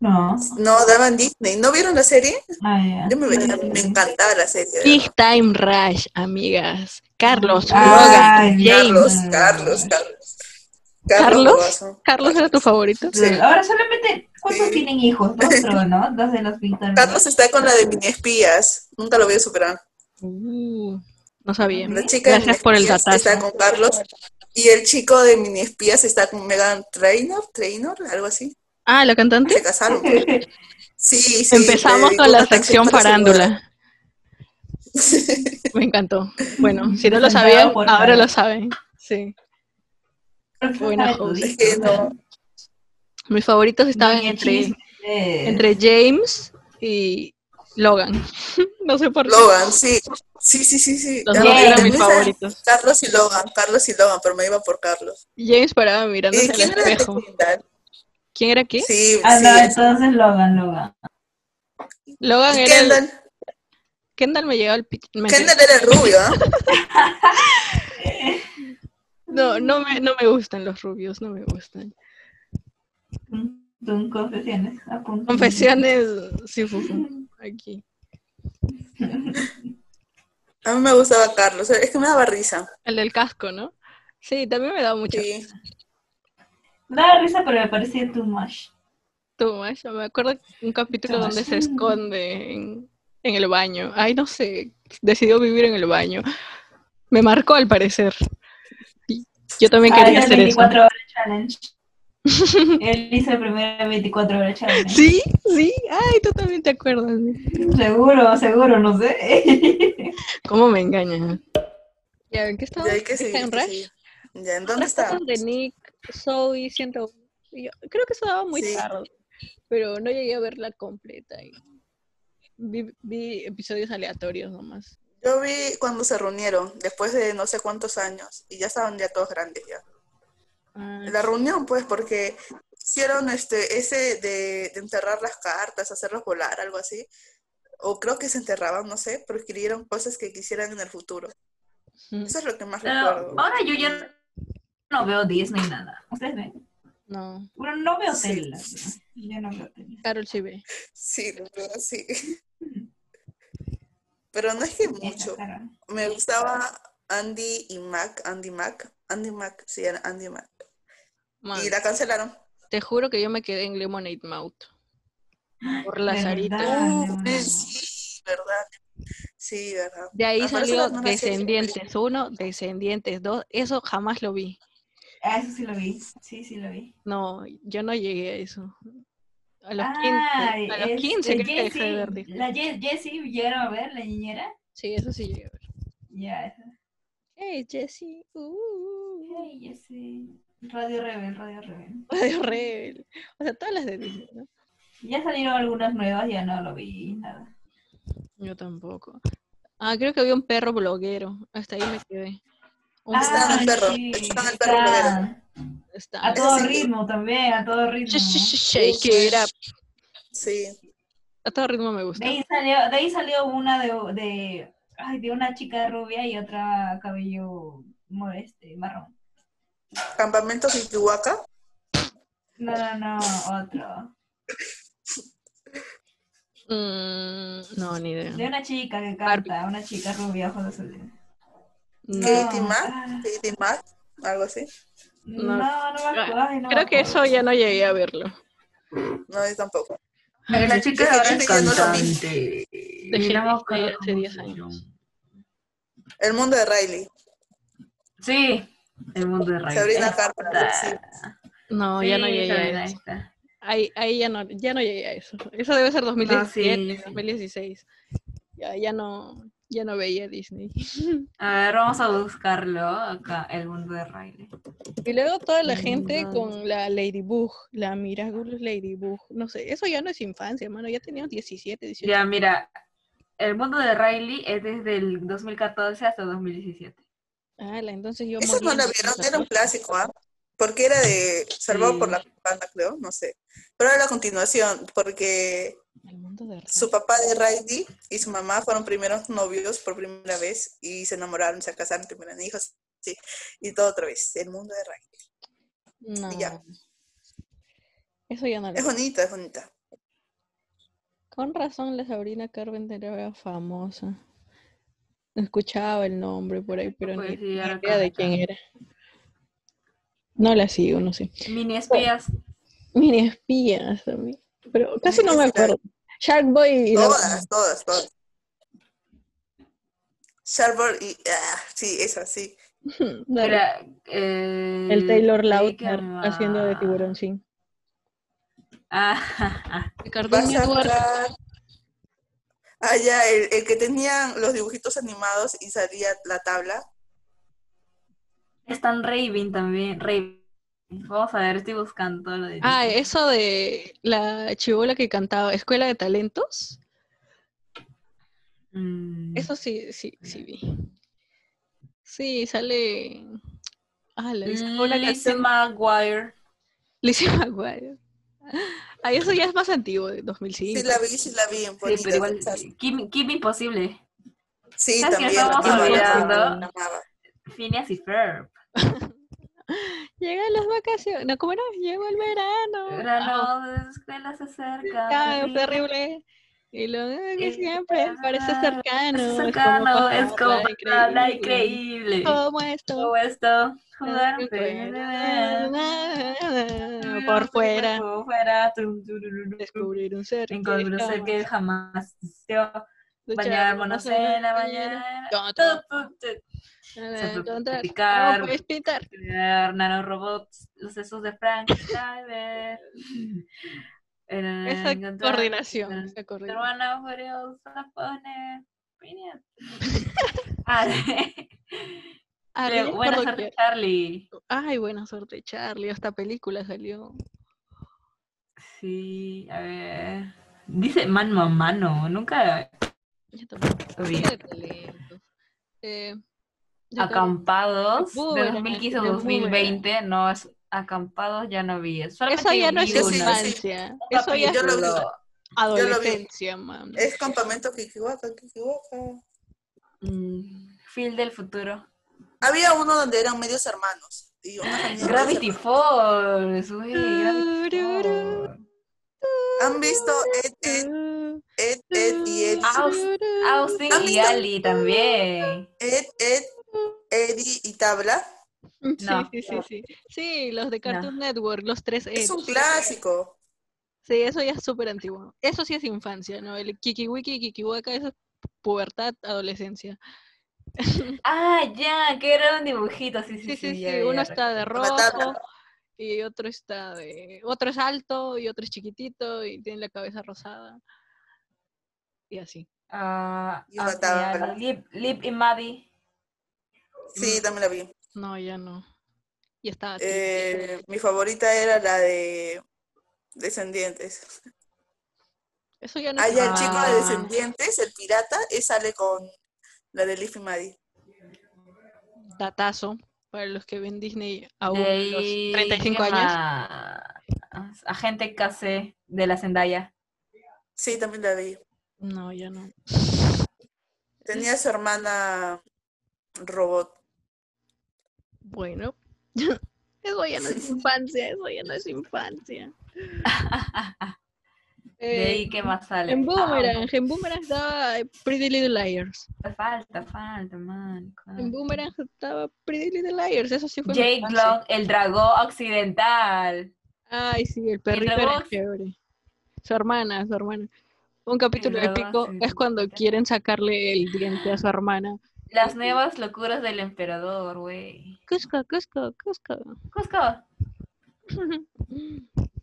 Speaker 1: No.
Speaker 4: No, daban Disney. ¿No vieron la serie?
Speaker 1: Ah, ya.
Speaker 4: Yo me, veía- me encantaba la serie. de
Speaker 2: Big Time Rush, amigas. Carlos,
Speaker 1: Ay,
Speaker 2: Logan,
Speaker 4: verdad.
Speaker 2: James.
Speaker 4: Carlos,
Speaker 1: James.
Speaker 4: Carlos,
Speaker 2: ¿Carlos?
Speaker 4: Carlos. Bogazo.
Speaker 2: ¿Carlos era tu favorito?
Speaker 1: Sí. Ahora solamente, ¿cuántos
Speaker 4: Sí.
Speaker 1: tienen hijos? Dos, creo, ¿no? Dos de los Victor.
Speaker 4: Carlos está con la de mini espías. Nunca lo voy a superar.
Speaker 2: Uh, no sabía.
Speaker 4: La chica de
Speaker 2: Gracias por el
Speaker 4: Miniespías
Speaker 2: datazo.
Speaker 4: está con Carlos. Y el chico de mini espías está con Megan Trainor, Trainor, algo así.
Speaker 2: Ah, ¿la cantante?
Speaker 4: Se casaron. Sí, sí.
Speaker 2: Empezamos
Speaker 4: le
Speaker 2: con la
Speaker 4: dedicó una
Speaker 2: sección
Speaker 4: canción para su boda.
Speaker 2: farándula. Me encantó. Bueno, si no lo
Speaker 1: Presentado
Speaker 2: sabían,
Speaker 1: por
Speaker 2: ahora
Speaker 1: Carlos.
Speaker 2: lo saben. Sí. Buena
Speaker 4: Es que no.
Speaker 2: Mis favoritos estaban entre,
Speaker 1: eh,
Speaker 2: entre James y Logan. no sé por qué.
Speaker 4: Logan, sí. Sí, sí, sí, sí.
Speaker 2: Los
Speaker 4: Ah,
Speaker 2: dos eran
Speaker 4: también
Speaker 2: mis
Speaker 4: está
Speaker 2: favoritos.
Speaker 4: Carlos y Logan, Carlos y Logan, pero me iba por Carlos.
Speaker 2: James paraba mirándose al
Speaker 4: ¿Y eh, quién era el
Speaker 2: espejo.
Speaker 4: titular?
Speaker 2: ¿Quién era qué?
Speaker 4: Sí,
Speaker 1: Ah, no,
Speaker 4: sí.
Speaker 1: entonces Logan, Logan.
Speaker 2: Logan
Speaker 4: Y
Speaker 2: era. el-
Speaker 4: Kendall,
Speaker 2: Kendall me llegaba al pi- me-
Speaker 4: Kendall era el rubio, ¿ah?
Speaker 2: No, no me, no me gustan los rubios, no me gustan.
Speaker 1: Tum, tum, confesiones. apunta.
Speaker 2: Confesiones, sí, fufu, aquí.
Speaker 4: A mí me gustaba Carlos, es que me daba risa.
Speaker 2: El del casco, ¿no? Sí, también me da mucho.
Speaker 4: Sí.
Speaker 1: Me daba risa, pero me parecía too much.
Speaker 2: Tú, Masha, me acuerdo un capítulo
Speaker 1: Tomas.
Speaker 2: donde se esconde en, en el baño. Ay, no sé, decidió vivir en el baño. Me marcó al parecer. Y Yo también
Speaker 1: Ah,
Speaker 2: quería
Speaker 1: es el
Speaker 2: hacer eso.
Speaker 1: 24 horas challenge. Él hizo el primer 24 horas challenge.
Speaker 2: Sí, sí, ay, tú también te acuerdas.
Speaker 1: Seguro, seguro, no sé.
Speaker 2: ¿Cómo me engañan? Ya, ¿en qué estamos?
Speaker 4: Ya hay que
Speaker 2: ¿Está
Speaker 4: seguir.
Speaker 2: en
Speaker 4: que
Speaker 2: Rush?
Speaker 4: seguir. Ya, ¿en
Speaker 2: Ahora
Speaker 4: dónde está?
Speaker 2: estamos de Nick, Zoe, 101. Yo creo que eso daba muy
Speaker 4: Sí.
Speaker 2: tarde, pero no llegué a verla completa. y Vi, vi episodios aleatorios nomás.
Speaker 4: Yo vi cuando se reunieron, después de no sé cuántos años, y ya estaban ya todos grandes ya.
Speaker 2: Ah,
Speaker 4: La reunión, pues, porque hicieron este, ese de, de enterrar las cartas, hacerlas volar, algo así. O creo que se enterraban, no sé, pero escribieron cosas que quisieran en el futuro.
Speaker 2: ujú.
Speaker 4: Eso es lo que más
Speaker 1: Mm. Pero
Speaker 4: recuerdo.
Speaker 1: ahora yo ya no veo Disney nada. ¿Ustedes ven?
Speaker 2: No,
Speaker 1: Bueno, no veo
Speaker 4: Sí.
Speaker 1: tela. Yo no veo tela.
Speaker 2: Carol sí ve.
Speaker 4: Sí, la verdad, sí. Pero no es que mucho.
Speaker 1: Claro.
Speaker 4: Me gustaba Andy y Mac, Andy Mac, Andy Mac, sí, era Andy Mac.
Speaker 2: Man,
Speaker 4: Y la cancelaron.
Speaker 2: Te juro que yo me quedé en Lemonade Mouth. Por la
Speaker 1: ¿De
Speaker 2: Sarita.
Speaker 1: verdad? Ah,
Speaker 4: Uh,
Speaker 1: no.
Speaker 4: sí, verdad. Sí, verdad.
Speaker 2: De ahí
Speaker 4: Ah, pero eso
Speaker 2: salió
Speaker 4: no lo hacía yo.
Speaker 2: Descendientes 1, Descendientes 2. Eso jamás lo vi.
Speaker 1: Ah, eso sí lo vi. Sí, sí lo vi.
Speaker 2: No, yo no llegué a eso. A los 15, a los
Speaker 1: este,
Speaker 2: 15 creo que dejé de ver
Speaker 1: Jessie,
Speaker 2: Disney.
Speaker 1: La Ye- Jessie, ¿llegaron a ver la niñera?
Speaker 2: Sí, eso sí llegué a ver.
Speaker 1: Ya, esa.
Speaker 2: Hey, Jessie. Uh,
Speaker 1: Ay, Jessie. Radio Rebel, Radio Rebel.
Speaker 2: Radio Rebel. O sea, todas las de Disney, ¿no?
Speaker 1: Ya salieron algunas nuevas, ya no lo vi, nada.
Speaker 2: Yo tampoco. Ah, creo que había un perro bloguero. Hasta ahí me quedé. Un
Speaker 4: Estaba
Speaker 1: Ah,
Speaker 4: el perro,
Speaker 1: sí,
Speaker 4: estaba el perro
Speaker 1: está.
Speaker 2: está-
Speaker 1: A todo
Speaker 4: sí.
Speaker 1: ritmo también, a todo ritmo.
Speaker 2: Sh- sh- sh- Shake it up.
Speaker 4: Sí.
Speaker 2: A todo ritmo me gusta.
Speaker 1: De ahí salió, de ahí salió una de, de, ay, de una chica rubia y otra cabello mo- este, marrón.
Speaker 4: Campamento Kikiwaka.
Speaker 1: No, no, no, otro.
Speaker 2: Mm, no, ni
Speaker 1: De
Speaker 2: idea.
Speaker 1: una chica que canta, una chica rubia, ojos azules.
Speaker 2: No.
Speaker 1: ¿Qué?
Speaker 4: Katie
Speaker 1: ah.
Speaker 4: Mack, Katie Mack, algo así.
Speaker 1: No, no, me acuerdo. ay, no me
Speaker 2: Creo que
Speaker 1: acuerdo.
Speaker 2: eso ya no llegué a verlo.
Speaker 4: No, yo tampoco.
Speaker 5: Pero la chica
Speaker 4: Esa
Speaker 5: ahora es
Speaker 4: gente ya no lo vi.
Speaker 5: cantante.
Speaker 2: De
Speaker 5: Y no me
Speaker 2: Shakespeare
Speaker 5: acuerdo
Speaker 2: hace
Speaker 5: cómo
Speaker 2: 10
Speaker 5: se
Speaker 2: años.
Speaker 5: llama.
Speaker 4: El mundo de Riley.
Speaker 5: Sí, el mundo de Ray.
Speaker 4: Sabrina
Speaker 5: Esta.
Speaker 4: Carpenter, sí.
Speaker 2: No,
Speaker 5: Sí,
Speaker 2: ya no llegué
Speaker 5: Sabrina,
Speaker 2: a eso.
Speaker 5: esta.
Speaker 2: Ahí, ahí ya, no, ya no llegué a eso. Eso debe ser 2017,
Speaker 5: sí, sí.
Speaker 2: 2016. Ya, ya, no, ya no veía Disney.
Speaker 5: A ver, vamos a buscarlo acá, el mundo de Riley.
Speaker 2: Y luego toda la gente
Speaker 5: Mm.
Speaker 2: con la Ladybug, la Miraculous Ladybug, no sé, eso ya no es infancia, mano, ya teníamos 17, 18.
Speaker 5: Ya, mira, el mundo de Riley es desde el 2014 hasta 2017.
Speaker 2: Ala, entonces yo
Speaker 4: Esa no
Speaker 2: moría
Speaker 4: la
Speaker 2: en
Speaker 4: vieron,
Speaker 2: 2014.
Speaker 4: era un clásico, ¿ah? Porque era de Salvado
Speaker 5: Sí.
Speaker 4: por la Banda, creo, no sé. Pero era la continuación, porque
Speaker 2: El mundo de
Speaker 4: su papá de Riley y su mamá fueron primeros novios por primera vez y se enamoraron, se casaron, tuvieron hijos, sí. Y todo otra vez, el mundo de Riley.
Speaker 2: Ra- No.
Speaker 4: ya.
Speaker 2: Eso ya no lo
Speaker 4: Es bonita, es bonita.
Speaker 2: Con razón la Sabrina Carpenter era famosa. Escuchaba el nombre por ahí, pero
Speaker 5: Pues
Speaker 2: ni,
Speaker 5: sí,
Speaker 2: ni
Speaker 5: ahora
Speaker 2: idea de
Speaker 5: canta.
Speaker 2: quién era. No la sigo, no sé.
Speaker 5: Mini espías.
Speaker 2: Oh. Mini espías también. Pero casi no me
Speaker 4: Mini espías.
Speaker 2: acuerdo. Shark Boy y la-
Speaker 4: Todas, todas, todas. Sharper y. Ah, sí, esa, sí.
Speaker 2: la-
Speaker 5: Era, eh,
Speaker 2: el Taylor
Speaker 5: creí
Speaker 2: Lautner
Speaker 5: que me-
Speaker 2: haciendo de tiburón, sí.
Speaker 5: Ah, ja, ja.
Speaker 4: Vas a entrar. Ah, ya, el, el que tenían los dibujitos animados y salía la tabla.
Speaker 5: Están Raven también. Raven. Vamos a ver, estoy buscando todo lo de.
Speaker 2: Ah,
Speaker 5: Disney.
Speaker 2: eso de la chivola que cantaba Escuela de Talentos.
Speaker 5: Mm.
Speaker 2: Eso sí, sí, sí vi. Sí, sale. Ah, la
Speaker 5: Mm,
Speaker 2: chivola que hace-
Speaker 5: Lizzie McGuire.
Speaker 2: Lizzie McGuire. Ah, eso ya es más antiguo, de 2005.
Speaker 4: Sí, la vi, sí la vi en
Speaker 1: Sí, pero igual,
Speaker 4: Política.
Speaker 1: Kim, Kim Imposible.
Speaker 4: Sí,
Speaker 1: ¿Sabes qué
Speaker 4: también.
Speaker 1: estamos
Speaker 4: la amaba,
Speaker 1: olvidando?
Speaker 4: la amaba.
Speaker 1: Phineas y Ferb.
Speaker 2: Llegan las vacaciones. No, ¿cómo era? Llegó el verano.
Speaker 1: Verano de escuela se acerca.
Speaker 2: Ah,
Speaker 1: Sí,
Speaker 2: es terrible. Y lo eh, que
Speaker 1: Es
Speaker 2: siempre parece
Speaker 1: verdad,
Speaker 2: cercano.
Speaker 1: es
Speaker 2: es como
Speaker 1: cercano, es como
Speaker 2: palabra
Speaker 1: habla increíble.
Speaker 2: Como esto.
Speaker 1: Todo esto, jugar
Speaker 2: Por
Speaker 1: pero-
Speaker 2: fuera. Por fuera.
Speaker 1: Por fuera. tum, turururu,
Speaker 2: Descubrir un ser.
Speaker 1: Encontrar un ser que jamás existió.
Speaker 2: Luchar,
Speaker 1: Bañarnos
Speaker 2: conocer,
Speaker 1: en la
Speaker 2: bañar,
Speaker 1: mañana.
Speaker 2: Todo,
Speaker 1: Tu,
Speaker 2: todo.
Speaker 1: tu, tu,
Speaker 2: Eh, encontrar.
Speaker 1: picar.
Speaker 2: No, pues. puedes pintar.
Speaker 1: crear nanorobots, los sesos de Frank Cyber. Ah,
Speaker 2: Esa coordinación. Esa coordinación.
Speaker 1: Hermana furiosa pone. Phineas. Ah, de-
Speaker 2: Ah,
Speaker 1: de
Speaker 2: ya
Speaker 1: Buena
Speaker 2: recuerdo
Speaker 1: suerte,
Speaker 2: que-
Speaker 1: Charlie.
Speaker 2: Ay, buena suerte, Charlie. Hasta película salió.
Speaker 1: Sí, a ver. Dice mano a mano, nunca
Speaker 2: Yo tampoco.
Speaker 1: lo vi.
Speaker 2: Qué relento. Eh, yo también.
Speaker 1: Acampados de
Speaker 2: Boomerang,
Speaker 1: 2015 a
Speaker 2: de
Speaker 1: 2020, no es acampados ya no vi. Solamente
Speaker 2: Eso ya no es
Speaker 1: vi
Speaker 4: Yo sí,
Speaker 1: uno,
Speaker 4: yo sí.
Speaker 2: infancia. Eso
Speaker 1: capítulo.
Speaker 2: ya es
Speaker 4: Yo lo vi.
Speaker 2: adolescencia, mam.
Speaker 4: Es campamento Kikiwaka, Kikiwaka.
Speaker 1: Mm, Phil del futuro.
Speaker 4: Había uno donde eran medios hermanos. Y una familia de
Speaker 1: Ah, Gravity
Speaker 4: medios hermanos.
Speaker 1: Falls, uy, Gravity
Speaker 2: Tururú.
Speaker 1: Falls.
Speaker 4: ¿Han visto Ed, Ed, Ed, Ed y Eddie?
Speaker 1: Ah, Austin
Speaker 4: ¿Han
Speaker 1: y
Speaker 4: visto?
Speaker 1: Ali también.
Speaker 4: Ed, Ed, Eddie y Tabla.
Speaker 1: No.
Speaker 2: Sí, sí, sí, sí. Sí, los de Cartoon Network, los tres
Speaker 4: Es un
Speaker 2: Eds.
Speaker 4: clásico.
Speaker 2: Sí, eso ya es súper antiguo. Eso sí es infancia, ¿no? El Kikiwiki, Kikiwaka, eso es pubertad, adolescencia.
Speaker 1: Ah, ya, que era un dibujito, sí, sí,
Speaker 2: Sí, sí, sí.
Speaker 1: ya, ya,
Speaker 2: Uno
Speaker 1: ya.
Speaker 2: está de
Speaker 4: Con la tabla.
Speaker 2: rojo y otro está de... Otro es alto y otro es chiquitito y tiene la cabeza rosada. Y así.
Speaker 1: Ah,
Speaker 4: Y una
Speaker 1: Austin y
Speaker 4: tabla.
Speaker 1: Ali, Lip, Lip y Maddie. Mm.
Speaker 4: Sí, también la vi.
Speaker 2: No, ya no. Y estaba... triste.
Speaker 4: Eh, mi favorita era la de Descendientes.
Speaker 2: Eso ya no
Speaker 4: Ah, ya el
Speaker 1: Ah.
Speaker 4: chico de Descendientes, el pirata, él sale con la de Leaf y Maddie.
Speaker 2: datazo para los que ven Disney aún
Speaker 1: De
Speaker 2: a
Speaker 1: ahí,
Speaker 2: los 35
Speaker 1: ¿qué
Speaker 2: años.
Speaker 1: más? Agente KC de la Zendaya.
Speaker 4: Sí, también la vi.
Speaker 2: No, ya no.
Speaker 4: Tenía a su hermana robot.
Speaker 2: Bueno, eso ya no es infancia, eso ya no es infancia.
Speaker 1: De
Speaker 2: Eh,
Speaker 1: ahí, ¿qué más Ah, sale?
Speaker 2: en Boomerang, en Boomerang estaba Pretty Little Liars.
Speaker 1: Ah, falta, falta, man.
Speaker 2: En Boomerang estaba Pretty Little Liars, eso sí fue. mi
Speaker 1: Ah. Jake
Speaker 2: infancia.
Speaker 1: Long, el dragón occidental.
Speaker 2: Ay, sí, el perrito
Speaker 1: luego-
Speaker 2: era chévere. Su hermana, su hermana. Un capítulo
Speaker 1: luego
Speaker 2: épico
Speaker 1: hacen-
Speaker 2: es cuando quieren sacarle el diente a su hermana.
Speaker 1: Las nuevas locuras del emperador, güey.
Speaker 2: Cusco, Cusco, Cusco.
Speaker 1: Cusco.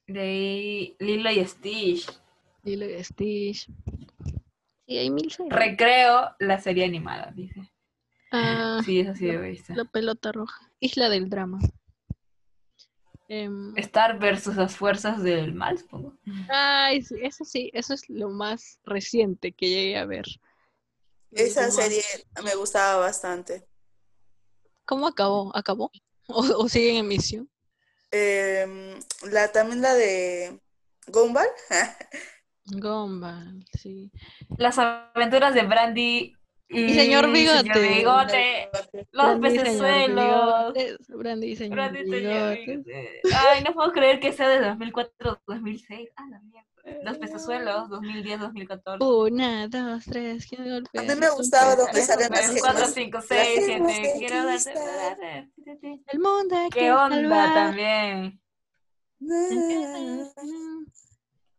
Speaker 1: De ahí, Lilo y Stitch.
Speaker 2: Lilo y Stitch. Sí, hay mil series.
Speaker 1: Recreo, la serie animada, dice.
Speaker 2: Ah,
Speaker 1: Sí, eso sí lo he visto.
Speaker 2: La pelota roja. Isla del drama. Em,
Speaker 1: Star versus las fuerzas del mal, supongo.
Speaker 2: ay, sí, eso sí, eso es lo más reciente que llegué a ver.
Speaker 4: Esa
Speaker 2: ¿Cómo-
Speaker 4: serie me gustaba bastante.
Speaker 2: ¿Cómo acabó? ¿Acabó? ¿O, o sigue en emisión?
Speaker 4: Em, la, también la de Gumball.
Speaker 2: Gumball, sí.
Speaker 1: Las aventuras de Brandy y,
Speaker 2: señor
Speaker 1: Señor
Speaker 2: Bigote.
Speaker 1: Bigote. Los
Speaker 2: Brandy, señor
Speaker 1: pecesuelos.
Speaker 2: Bigotes, Brandy, señor
Speaker 1: Brandy, señor
Speaker 2: Bigotes.
Speaker 1: Bigote. Ay, no puedo creer que sea de 2004 2006. Ah, la mierda. Los pecesuelos, 2010, 2014.
Speaker 2: Una, dos, tres, ¿quién golpea?
Speaker 4: A mí me gustaba donde
Speaker 2: Tres,
Speaker 4: salen las
Speaker 2: tres,
Speaker 4: gemas.
Speaker 1: cuatro,
Speaker 2: cuatro.
Speaker 1: cinco,
Speaker 4: Las
Speaker 1: seis,
Speaker 4: gemas
Speaker 1: siete.
Speaker 4: de
Speaker 1: Quiero darte-
Speaker 4: cristal.
Speaker 1: darte.
Speaker 2: El mundo hay que
Speaker 1: ¿Qué onda
Speaker 2: salvar.
Speaker 1: también?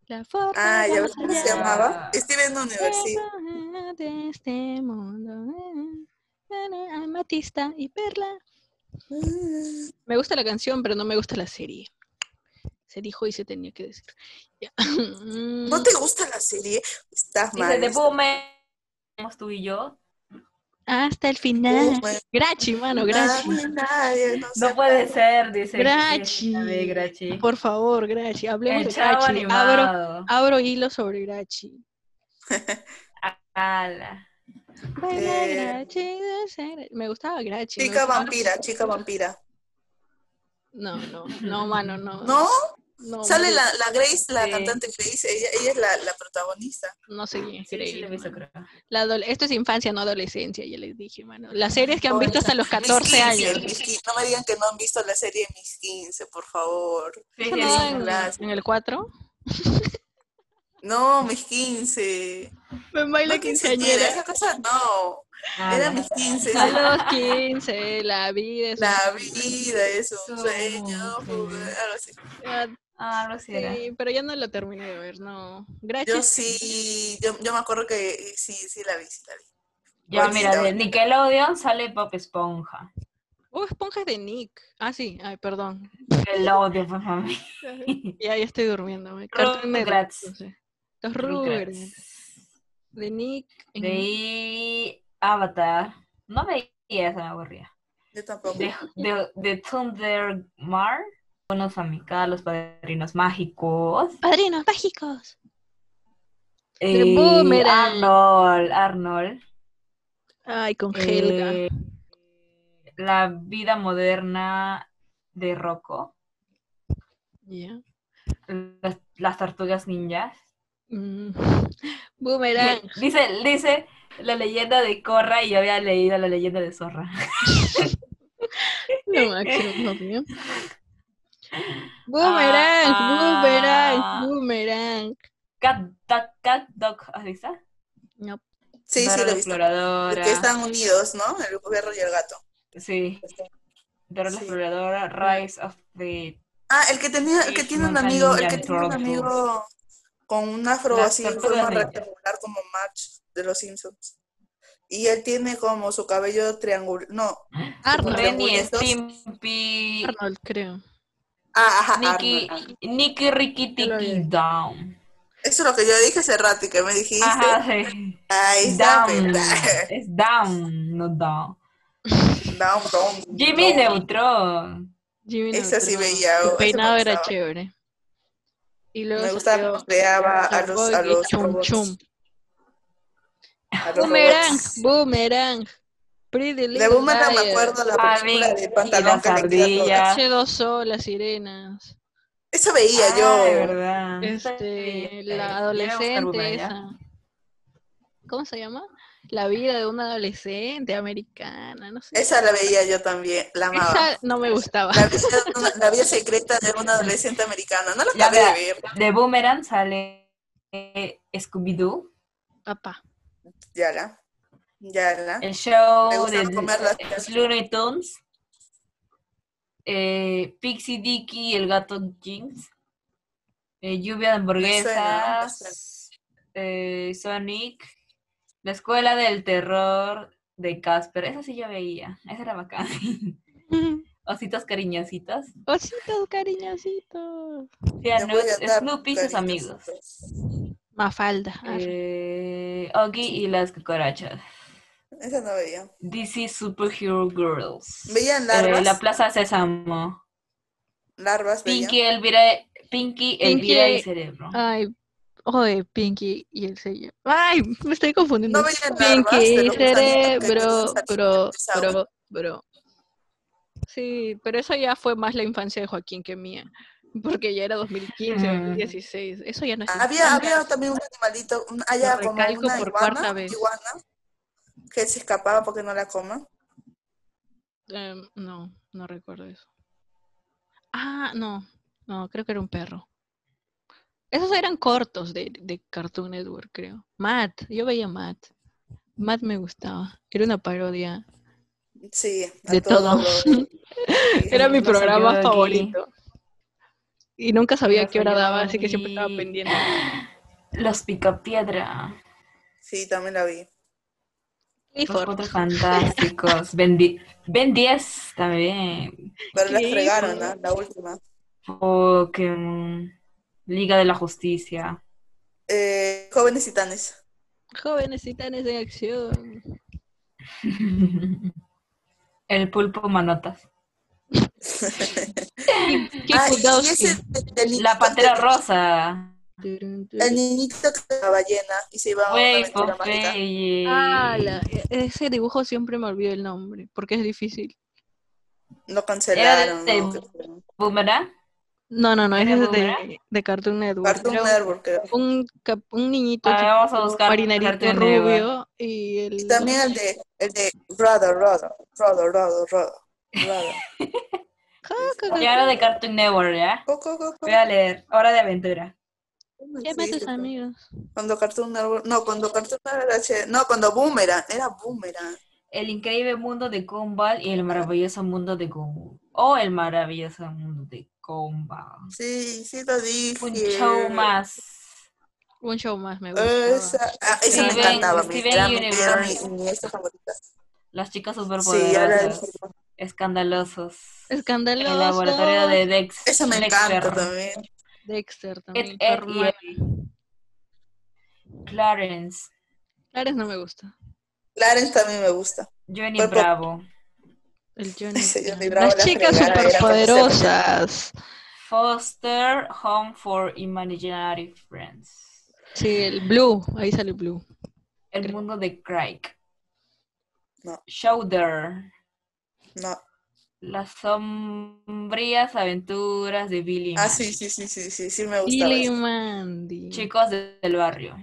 Speaker 2: La forma
Speaker 4: Ah, ya
Speaker 2: más
Speaker 4: ves cómo se
Speaker 2: allá
Speaker 4: llamaba. Steven
Speaker 2: de
Speaker 4: University.
Speaker 2: todo de este mundo. Na, na, Amatista y Perla. Me gusta la canción, pero no me gusta la serie. Se dijo y se tenía que decir. Ya.
Speaker 4: ¿No te gusta la serie? Estás
Speaker 1: Dice
Speaker 4: mal.
Speaker 1: de Boomer. Somos tú y yo.
Speaker 2: Hasta el final.
Speaker 4: Boomer.
Speaker 2: Grachi, mano, Grachi.
Speaker 4: Nadie, nadie, no
Speaker 1: No
Speaker 4: sé.
Speaker 1: puede ser, dice.
Speaker 2: Grachi.
Speaker 1: A ver, Grachi.
Speaker 2: Por favor, Grachi. Hablemos
Speaker 1: El
Speaker 2: de
Speaker 1: chavo
Speaker 2: Grachi. Abro,
Speaker 1: animado.
Speaker 2: abro hilo sobre Grachi.
Speaker 1: Ala.
Speaker 2: Baila,
Speaker 4: Eh,
Speaker 2: Grachi, danza, Grachi. Me gustaba Grachi. me
Speaker 4: Chica
Speaker 2: gustaba-
Speaker 4: vampira, chica vampira.
Speaker 2: No, no, no, mano, no.
Speaker 4: ¿No?
Speaker 2: No,
Speaker 4: Sale
Speaker 2: Mario,
Speaker 4: la, la Grace, la
Speaker 1: Sí.
Speaker 4: cantante Grace, ella, ella es la, la protagonista.
Speaker 2: No sé quién es
Speaker 1: Sí, sí,
Speaker 2: Grey,
Speaker 1: lo he visto,
Speaker 2: mano.
Speaker 1: creo.
Speaker 2: La adole- Esto es infancia, no adolescencia, ya les dije, mano. Las series que han
Speaker 4: Oh,
Speaker 2: visto hasta los
Speaker 4: Mis
Speaker 2: 14
Speaker 4: 15,
Speaker 2: años.
Speaker 4: mis 15. No me digan que no han visto la serie Mis 15, por favor.
Speaker 1: Sí,
Speaker 2: Eso
Speaker 1: sí,
Speaker 2: no,
Speaker 1: sí.
Speaker 2: en,
Speaker 4: las-
Speaker 2: en el 4.
Speaker 4: No, Mis 15.
Speaker 2: Me baila
Speaker 4: No, 15 era esa cosa, no.
Speaker 1: Ah,
Speaker 4: Era
Speaker 1: no.
Speaker 4: Mis 15.
Speaker 2: A los 15, la vida es
Speaker 4: La
Speaker 2: una-
Speaker 4: vida es un
Speaker 1: Su-
Speaker 4: sueño,
Speaker 1: sí.
Speaker 4: jugar, algo así.
Speaker 2: Ah,
Speaker 1: Ah, algo así era.
Speaker 2: sí, pero ya no la terminé de ver, no. Gracias.
Speaker 4: Yo sí, yo, yo me acuerdo que sí, sí la vi, sí la vi.
Speaker 1: Ya,
Speaker 4: Bueno,
Speaker 1: mira,
Speaker 4: sí,
Speaker 1: de Nickelodeon sale Pop Esponja.
Speaker 2: Oh, esponjas de Nick. Ah, sí, ay, perdón.
Speaker 1: Nickelodeon, por favor.
Speaker 2: Ya, ya estoy durmiendo. me- Cartoon Network,
Speaker 1: Rugrats.
Speaker 2: no sé. Los Rugrats.
Speaker 1: Rugrats.
Speaker 2: De Nick. en-
Speaker 1: De ahí, Avatar. No veía esa, me aburría.
Speaker 4: Yo tampoco.
Speaker 1: De, de, de Thunder Mar. Buenos amigos, los padrinos mágicos.
Speaker 2: Padrinos mágicos.
Speaker 1: Eh,
Speaker 2: Boomerang.
Speaker 1: Arnold, Arnold.
Speaker 2: Ay, con Helga.
Speaker 1: Eh, la vida moderna de Rocco.
Speaker 2: Ya.
Speaker 1: Las, las tortugas ninjas.
Speaker 2: Mm. Boomerang.
Speaker 1: Dice, dice la leyenda de Corra y yo había leído la leyenda de Zorra.
Speaker 2: No, máximo, obvio. Boomerang,
Speaker 1: Ah.
Speaker 2: boomerang, boomerang.
Speaker 1: Cat, Dog, Cat, Dog, ¿has visto?
Speaker 2: No,
Speaker 4: Sí,
Speaker 1: Dora
Speaker 4: sí,
Speaker 1: la
Speaker 4: la he visto.
Speaker 1: Exploradora.
Speaker 4: Que están unidos, ¿no? El perro y el gato.
Speaker 1: Sí. Dora la
Speaker 4: Sí.
Speaker 1: Exploradora, Rise of the
Speaker 4: Ah, el que tenía, el que
Speaker 1: Sí,
Speaker 4: tiene un
Speaker 1: Montaña
Speaker 4: amigo, el
Speaker 1: Ninja
Speaker 4: que
Speaker 1: de
Speaker 4: tiene un
Speaker 1: Turtles.
Speaker 4: amigo con un afro
Speaker 1: Las
Speaker 4: así en
Speaker 1: Tortugas
Speaker 4: forma
Speaker 1: Ninja.
Speaker 4: rectangular como March de los Simpsons. Y él tiene como su cabello triangular, no,
Speaker 2: Arnold.
Speaker 4: Ren.
Speaker 1: Ah, Renny,
Speaker 4: Muñecos.
Speaker 1: Stimpy,
Speaker 2: Arnold, creo.
Speaker 4: ah, ajá,
Speaker 1: Nicky,
Speaker 4: Arnold.
Speaker 1: Nicky, Ricky,
Speaker 2: Yo lo
Speaker 1: Tiki,
Speaker 2: vi.
Speaker 1: Down.
Speaker 4: Eso es lo que yo dije hace rato y que me dijiste.
Speaker 1: Ajá, sí.
Speaker 4: Ahí está,
Speaker 1: Down.
Speaker 4: pendeja.
Speaker 1: Es Down, no Down.
Speaker 4: Down, down.
Speaker 1: Jimmy
Speaker 4: down.
Speaker 1: Neutron.
Speaker 2: Jimmy
Speaker 4: Esa sí
Speaker 2: Neutron.
Speaker 4: veía, oh,
Speaker 2: El
Speaker 4: esa me
Speaker 2: peinado era
Speaker 4: gustaba.
Speaker 2: chévere. Y luego
Speaker 4: Me gustaba
Speaker 2: salió
Speaker 4: cómo creaba a los,
Speaker 2: Superboy
Speaker 4: a
Speaker 2: y
Speaker 4: los
Speaker 2: Chum
Speaker 4: robots.
Speaker 2: Chum.
Speaker 4: A los
Speaker 2: Boomerang,
Speaker 4: robots.
Speaker 2: boomerang. Pretty
Speaker 4: De
Speaker 2: Little
Speaker 4: Boomerang me
Speaker 2: Liars.
Speaker 4: acuerdo la
Speaker 1: Ah,
Speaker 4: película
Speaker 1: Bing
Speaker 4: de
Speaker 1: y
Speaker 4: pantalón
Speaker 1: las
Speaker 4: que le queda todo.
Speaker 1: ardillas.
Speaker 2: H2O, las sirenas.
Speaker 4: Eso veía
Speaker 1: Ah, de
Speaker 4: yo.
Speaker 1: verdad.
Speaker 2: Este,
Speaker 1: Sí, yo
Speaker 2: la
Speaker 1: voy a buscar
Speaker 2: adolescente
Speaker 1: Boomerang, ¿ya?
Speaker 2: esa. ¿Cómo se llama? La vida de una adolescente americana, no sé.
Speaker 4: Esa la veía yo también, la amaba.
Speaker 2: Esa no me gustaba.
Speaker 4: La vida, la vida secreta de una adolescente americana. No la
Speaker 1: Ya,
Speaker 4: acabé de
Speaker 1: mira.
Speaker 4: ver.
Speaker 1: De Boomerang sale eh, Scooby-Doo.
Speaker 2: Papá.
Speaker 4: Ya la. Ya la.
Speaker 1: El show
Speaker 4: Ah. Me
Speaker 1: de
Speaker 4: gustan comer las-
Speaker 1: los Looney Tunes. Eh, Pixie Dicky, el gato Jinx. Eh, lluvia de
Speaker 4: suena, me
Speaker 1: hamburguesas. eh, Sonic. La escuela del terror de Casper. Esa sí yo veía. Esa era bacán. Ositos cariñositos.
Speaker 2: Ositos, cariñositos.
Speaker 4: Te voy
Speaker 1: Fianuts,
Speaker 4: a dar
Speaker 1: Snoopy y sus
Speaker 4: cariños.
Speaker 1: amigos.
Speaker 2: Mafalda. Ah,
Speaker 1: Eh, Oggy y las cucarachas.
Speaker 4: Esa no veía.
Speaker 1: DC Superhero Girls.
Speaker 4: Veían
Speaker 1: Eh,
Speaker 4: larvas.
Speaker 1: la Plaza Sésamo.
Speaker 4: Larvas veía.
Speaker 1: Pinky, Elvira, Pinky, Elvira y Cerebro.
Speaker 2: Ay, oye, Pinky y el sello. Ay, me estoy confundiendo.
Speaker 4: No veía larvas de
Speaker 2: Pinky,
Speaker 4: los
Speaker 2: cerebro,
Speaker 4: gusanitos que
Speaker 2: bro,
Speaker 4: pisaban.
Speaker 2: bro, bro. Sí, pero eso ya fue más la infancia de Joaquín que mía. Porque ya era 2015,
Speaker 1: Mm.
Speaker 2: 2016. Eso ya no es.
Speaker 4: Había, había también un animalito, un, allá
Speaker 2: Lo
Speaker 4: como
Speaker 2: recalco
Speaker 4: una
Speaker 2: por
Speaker 4: iguana,
Speaker 2: cuarta vez.
Speaker 4: iguana, que se escapaba porque no la coman.
Speaker 2: Em, no, no recuerdo eso. Ah, no. No, creo que era un perro. Esos eran cortos de, de Cartoon Network, creo. Matt, yo veía Matt. Matt me gustaba. Era una parodia.
Speaker 4: Sí, a
Speaker 2: De
Speaker 4: todo.
Speaker 2: todo.
Speaker 4: lo- sí.
Speaker 2: Era mi
Speaker 1: nos ayudó
Speaker 2: programa
Speaker 1: aquí.
Speaker 2: favorito. Y nunca sabía
Speaker 1: Nos
Speaker 2: qué hora
Speaker 1: ayudó
Speaker 2: daba, así que siempre estaba
Speaker 1: aquí.
Speaker 2: pendiente.
Speaker 1: Los Picapiedra.
Speaker 4: Sí, también la vi.
Speaker 1: Los
Speaker 2: Clifford.
Speaker 1: Cuatro Fantásticos. Ben, Di- Ben 10 también.
Speaker 4: Pero la
Speaker 2: Sí,
Speaker 4: fregaron,
Speaker 2: pues.
Speaker 4: ¿no? La última.
Speaker 1: Pokémon. Liga de la Justicia.
Speaker 4: Eh, Jóvenes Titanes.
Speaker 2: Jóvenes titanes de acción.
Speaker 1: El pulpo manotas.
Speaker 2: Kik
Speaker 4: Ah, y
Speaker 2: Budowski.
Speaker 4: ese del- del niñito
Speaker 1: La pantera
Speaker 4: que-
Speaker 1: rosa.
Speaker 2: Turun, turun.
Speaker 4: El niñito que era ballena y se iba a una
Speaker 1: Way
Speaker 4: aventura
Speaker 1: of
Speaker 4: mágica.
Speaker 1: Waves.
Speaker 2: Ah, la- e- ese dibujo siempre me olvido el nombre, porque es difícil.
Speaker 4: Lo cancelaron.
Speaker 1: Era de-
Speaker 4: ¿no? Que fue-
Speaker 1: Boomerang.
Speaker 2: No, no, no,
Speaker 1: ¿Era
Speaker 2: ese es
Speaker 1: Boomerang?
Speaker 2: de, de Cartoon Network.
Speaker 4: Cartoon
Speaker 2: Era un- Ah,
Speaker 4: Network, creo.
Speaker 2: Un, cap- un niñito
Speaker 1: A ver, vamos a
Speaker 2: chiquito,
Speaker 1: buscar
Speaker 2: marinerito
Speaker 1: Cartoon
Speaker 2: rubio
Speaker 1: Network.
Speaker 2: y el...
Speaker 4: Y también el de, el de Rodo, Rodo, Rodo, Rodo, Rodo, Rodo.
Speaker 2: Ja, ja, ja,
Speaker 1: Y ahora de Cartoon Network, ¿ya?
Speaker 4: Co, co, co, co.
Speaker 1: Voy a leer. Hora de aventura.
Speaker 4: ¿Cómo se
Speaker 2: Llama a tus
Speaker 4: dice?
Speaker 2: amigos.
Speaker 4: Cuando Cartoon Network, no, cuando Cartoon Network era chévere. no, cuando Boomerang, era Boomerang.
Speaker 1: El increíble mundo de Gumball y el maravilloso mundo de Gumball. O el maravilloso mundo de Gumball.
Speaker 4: Sí, sí lo dije.
Speaker 1: Un show más.
Speaker 2: Un show más
Speaker 4: Eh,
Speaker 2: me gusta.
Speaker 4: Esa, ah, esa me
Speaker 1: Steven-
Speaker 4: encantaba, me-
Speaker 1: Steven
Speaker 4: era, mi- era mi,
Speaker 1: Universe.
Speaker 4: mi esta favorita.
Speaker 1: Las chicas
Speaker 4: Sí, ahora
Speaker 1: superpoderosas. Escandalosos.
Speaker 2: Escandaloso.
Speaker 1: El laboratorio de Dex.
Speaker 4: esa me
Speaker 1: Dexter.
Speaker 4: encanta también.
Speaker 2: Dexter
Speaker 1: Ed,
Speaker 2: también.
Speaker 1: Ed y
Speaker 2: Norman.
Speaker 1: Eddie. Clarence.
Speaker 2: Clarence no me gusta.
Speaker 4: Clarence también me gusta.
Speaker 1: Johnny
Speaker 4: Cuerpo-
Speaker 1: Bravo.
Speaker 2: El Johnny.
Speaker 4: Ese Johnny
Speaker 2: Bravo.
Speaker 4: Bravo
Speaker 2: Las
Speaker 4: la
Speaker 2: chicas
Speaker 4: fregada, era como se
Speaker 2: superpoderosas.
Speaker 1: Foster Home for Imaginary Friends.
Speaker 2: Sí, el Blue. Ahí sale Blue.
Speaker 1: El mundo de Craig.
Speaker 4: No.
Speaker 1: Shoulder.
Speaker 4: No.
Speaker 1: Las sombrías aventuras de Billy. y
Speaker 4: Ah,
Speaker 1: Mandy.
Speaker 4: sí, sí, sí, sí, sí, sí me gustaba.
Speaker 2: Billy
Speaker 4: esa.
Speaker 2: Mandy.
Speaker 1: Chicos de- del barrio.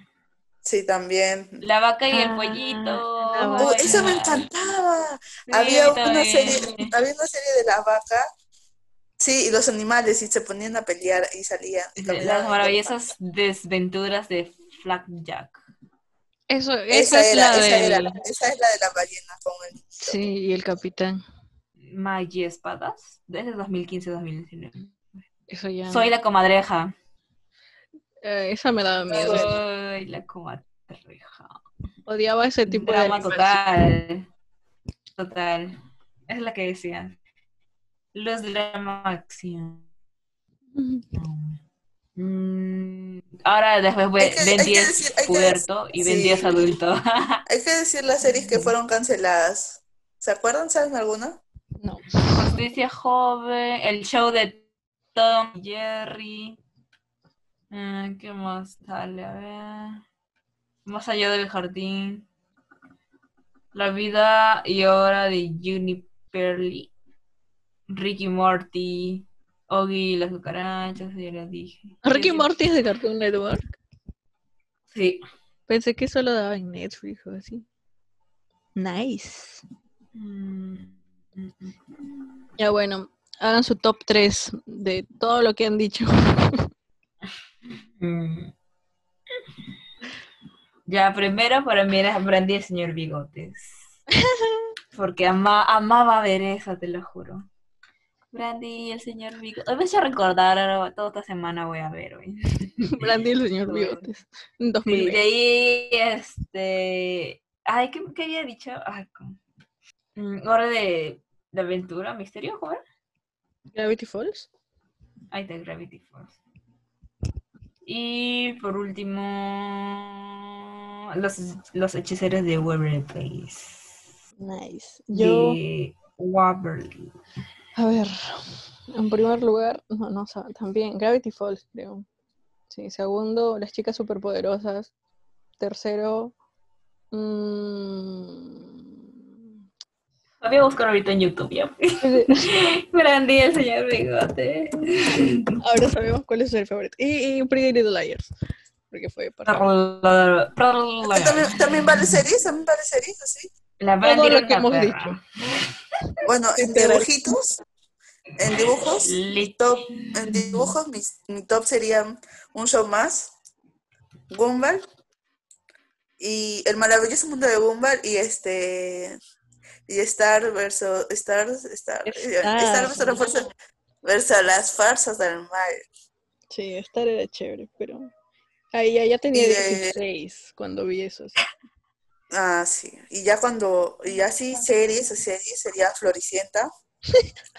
Speaker 4: Sí, también.
Speaker 1: La vaca y el
Speaker 2: Ah,
Speaker 1: pollito.
Speaker 2: la
Speaker 4: Oh,
Speaker 2: vaca.
Speaker 1: Ay,
Speaker 4: esa me
Speaker 1: ay.
Speaker 4: encantaba.
Speaker 1: Sí,
Speaker 4: había, una
Speaker 1: también.
Speaker 4: serie, había una serie de la vaca. Sí, y los animales, y se ponían a pelear y salían. Y
Speaker 1: De
Speaker 4: caminaban.
Speaker 1: Las maravillosas desventuras de Flapjack.
Speaker 2: Eso, esa,
Speaker 4: Esa
Speaker 2: es
Speaker 4: era,
Speaker 2: la
Speaker 4: esa, era,
Speaker 2: del-
Speaker 4: la- esa es la de la ballena con el.
Speaker 2: Sí, y el capitán.
Speaker 1: Maggie Espadas. Desde 2015-2019.
Speaker 2: Eso ya.
Speaker 1: Soy la comadreja.
Speaker 2: Eh, esa me daba miedo.
Speaker 1: Soy la comadreja.
Speaker 2: Odiaba ese tipo de.
Speaker 1: Drama
Speaker 2: animación.
Speaker 1: total. Total. Es la que decían. Los drama acción. Mm, ahora después
Speaker 4: Hay
Speaker 1: ve-
Speaker 4: que-
Speaker 1: ven
Speaker 4: hay que
Speaker 1: 10
Speaker 4: decir- hay que
Speaker 1: puberto y ven
Speaker 4: sí.
Speaker 1: 10 adulto.
Speaker 4: Hay que decir las series que fueron canceladas. ¿Se acuerdan? ¿Saben alguna?
Speaker 2: No.
Speaker 1: Justicia joven, el show de Tom y Jerry. Mm, ¿Qué más sale? A ver. Más allá del jardín. La vida y obra de Juniper Lee. Ricky Morty. Oggy y las cucarachas, ya lo dije.
Speaker 2: Ricky
Speaker 1: Sí,
Speaker 2: Morty es de Cartoon Network.
Speaker 1: Sí.
Speaker 2: Pensé que solo daba en Netflix o así. Nice.
Speaker 1: Mm, mm, mm.
Speaker 2: Ya bueno, hagan su top 3 de todo lo que han dicho.
Speaker 1: Mm. Ya, primero para mí era Brandy el señor Bigotes. Porque ama- amaba ver eso, te lo juro. Brandy el señor Bigotes. Me hecho recordar, ahora toda esta semana voy a ver hoy.
Speaker 2: Brandy y el señor
Speaker 1: Bueno.
Speaker 2: Bigotes. En
Speaker 1: Sí, de
Speaker 2: 2020.
Speaker 1: ahí, este... Ay, ¿qué, qué había dicho? Ay, cómo- Mm, Hora de, de aventura, misterio, ¿cómo era?
Speaker 2: Gravity Falls.
Speaker 1: Ay, de Gravity Falls. Y por último, los, los hechiceros de Waverly Place.
Speaker 2: Nice. Yo,
Speaker 1: De Waverly.
Speaker 2: a ver, en primer lugar, no, no, sa- también Gravity Falls, creo. Sí, segundo, Las Chicas Superpoderosas. Tercero, mm,
Speaker 1: Lo voy a buscar ahorita en YouTube, ya. Brandy, el señor bigote.
Speaker 2: ahora sabemos cuál es el favorito. Y, y Pretty Little Liars, porque fue para...
Speaker 4: Ah, ¿También, también vale series, también vale series, así.
Speaker 1: La Brandy
Speaker 2: Todo lo
Speaker 1: era
Speaker 2: que
Speaker 1: una
Speaker 2: hemos
Speaker 1: perra.
Speaker 4: Bueno, en dibujitos, en dibujos,
Speaker 1: Lit-
Speaker 4: top, en dibujos, mis, mi top serían Un Show Más, Gumball, y El Maravilloso Mundo de Gumball, y este, y Star versus, Star, Star, eh,
Speaker 2: Star.
Speaker 4: Star versus la fuerza, versus las farsas del mal.
Speaker 2: Sí, estar era chévere, pero... Ahí ya, ya tenía
Speaker 4: Y de-
Speaker 2: 16 cuando vi eso. así.
Speaker 4: Ah, sí. Y ya cuando, y ya sí, series, o series, sería Floricienta,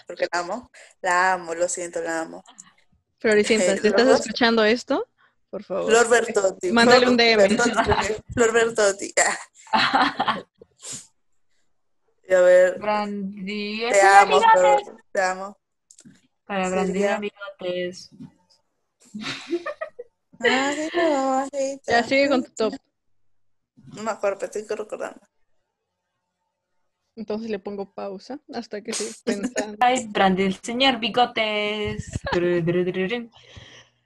Speaker 4: porque la amo, la amo, lo siento, la amo.
Speaker 2: Floricienta,
Speaker 4: Eh,
Speaker 2: si estás
Speaker 4: luego-
Speaker 2: escuchando esto, por favor.
Speaker 4: Flor Bertotti.
Speaker 2: Mándale un
Speaker 4: Flor
Speaker 2: DM.
Speaker 4: Bertotti, Flor Bertotti. Y a ver,
Speaker 1: Brandy, el
Speaker 4: te
Speaker 1: señor
Speaker 4: amo,
Speaker 1: bigote.
Speaker 4: Flor, te amo.
Speaker 1: Para Brandy,
Speaker 4: Sería-
Speaker 1: el bigotes.
Speaker 4: Ay, no, ay, te
Speaker 2: Ya sigue con
Speaker 4: amo.
Speaker 2: tu top.
Speaker 4: No me acuerdo, pero estoy recordando.
Speaker 2: Entonces le pongo pausa hasta que se pensando.
Speaker 5: Ay, Brandy, el señor Bigotes. Turururururu.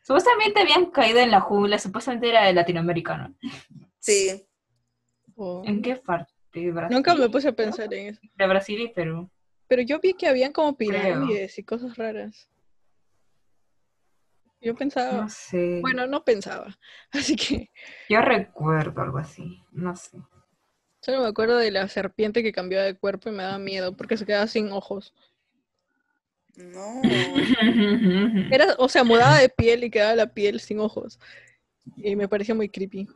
Speaker 5: Supuestamente habían caído en la jungla, supuestamente era de latinoamericano.
Speaker 4: Sí.
Speaker 2: Oh.
Speaker 5: ¿En qué parte? De Brasil.
Speaker 2: Nunca me puse a pensar en eso.
Speaker 5: De Brasil y Perú.
Speaker 2: Pero yo vi que habían como pirámides y cosas raras. Yo pensaba,
Speaker 5: No sé.
Speaker 2: Ah, bueno, no pensaba. Así que
Speaker 5: Yo recuerdo algo así. No sé.
Speaker 2: solo me acuerdo de la serpiente que cambió de cuerpo y me daba miedo porque se quedaba sin ojos.
Speaker 4: No.
Speaker 2: Era, o sea, mudaba de piel y quedaba la piel sin ojos. Y me parecía muy creepy.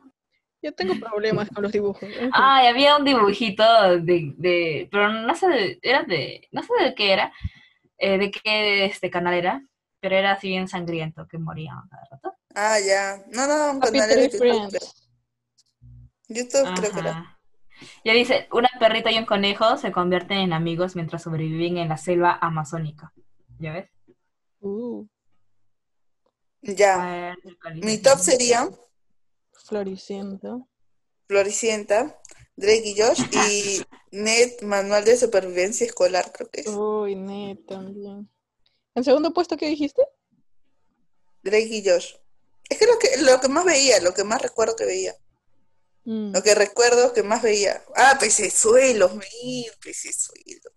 Speaker 2: Yo tengo problemas con los dibujos. en fin.
Speaker 5: Ay, había un dibujito de, de pero no sé, de- era de, no sé de qué era, eh, de qué este canal era, pero era así bien sangriento, que morían cada rato.
Speaker 4: Ah, ya. No, no, no, con
Speaker 2: Happy
Speaker 4: canal
Speaker 2: Tree
Speaker 4: de YouTube. creo.
Speaker 2: Friends.
Speaker 4: YouTube creo que era.
Speaker 5: Ajá. Ya dice, una perrita y un conejo se convierten en amigos mientras sobreviven en la selva amazónica. ¿Ya ves?
Speaker 2: Uh,
Speaker 4: Ya.
Speaker 5: A ver, localización.
Speaker 4: Ah, Mi top sería
Speaker 2: floriciento.
Speaker 4: Floricienta, Drake y Josh y Net Manual de Supervivencia Escolar, creo que es.
Speaker 2: Uy, Ned también. ¿En segundo puesto qué dijiste?
Speaker 4: Drake y Josh. Es que lo que lo que más veía, lo que más recuerdo que veía.
Speaker 2: Mm.
Speaker 4: Lo que recuerdo que más veía. Ah, pecesuelos, mil pecesuelos.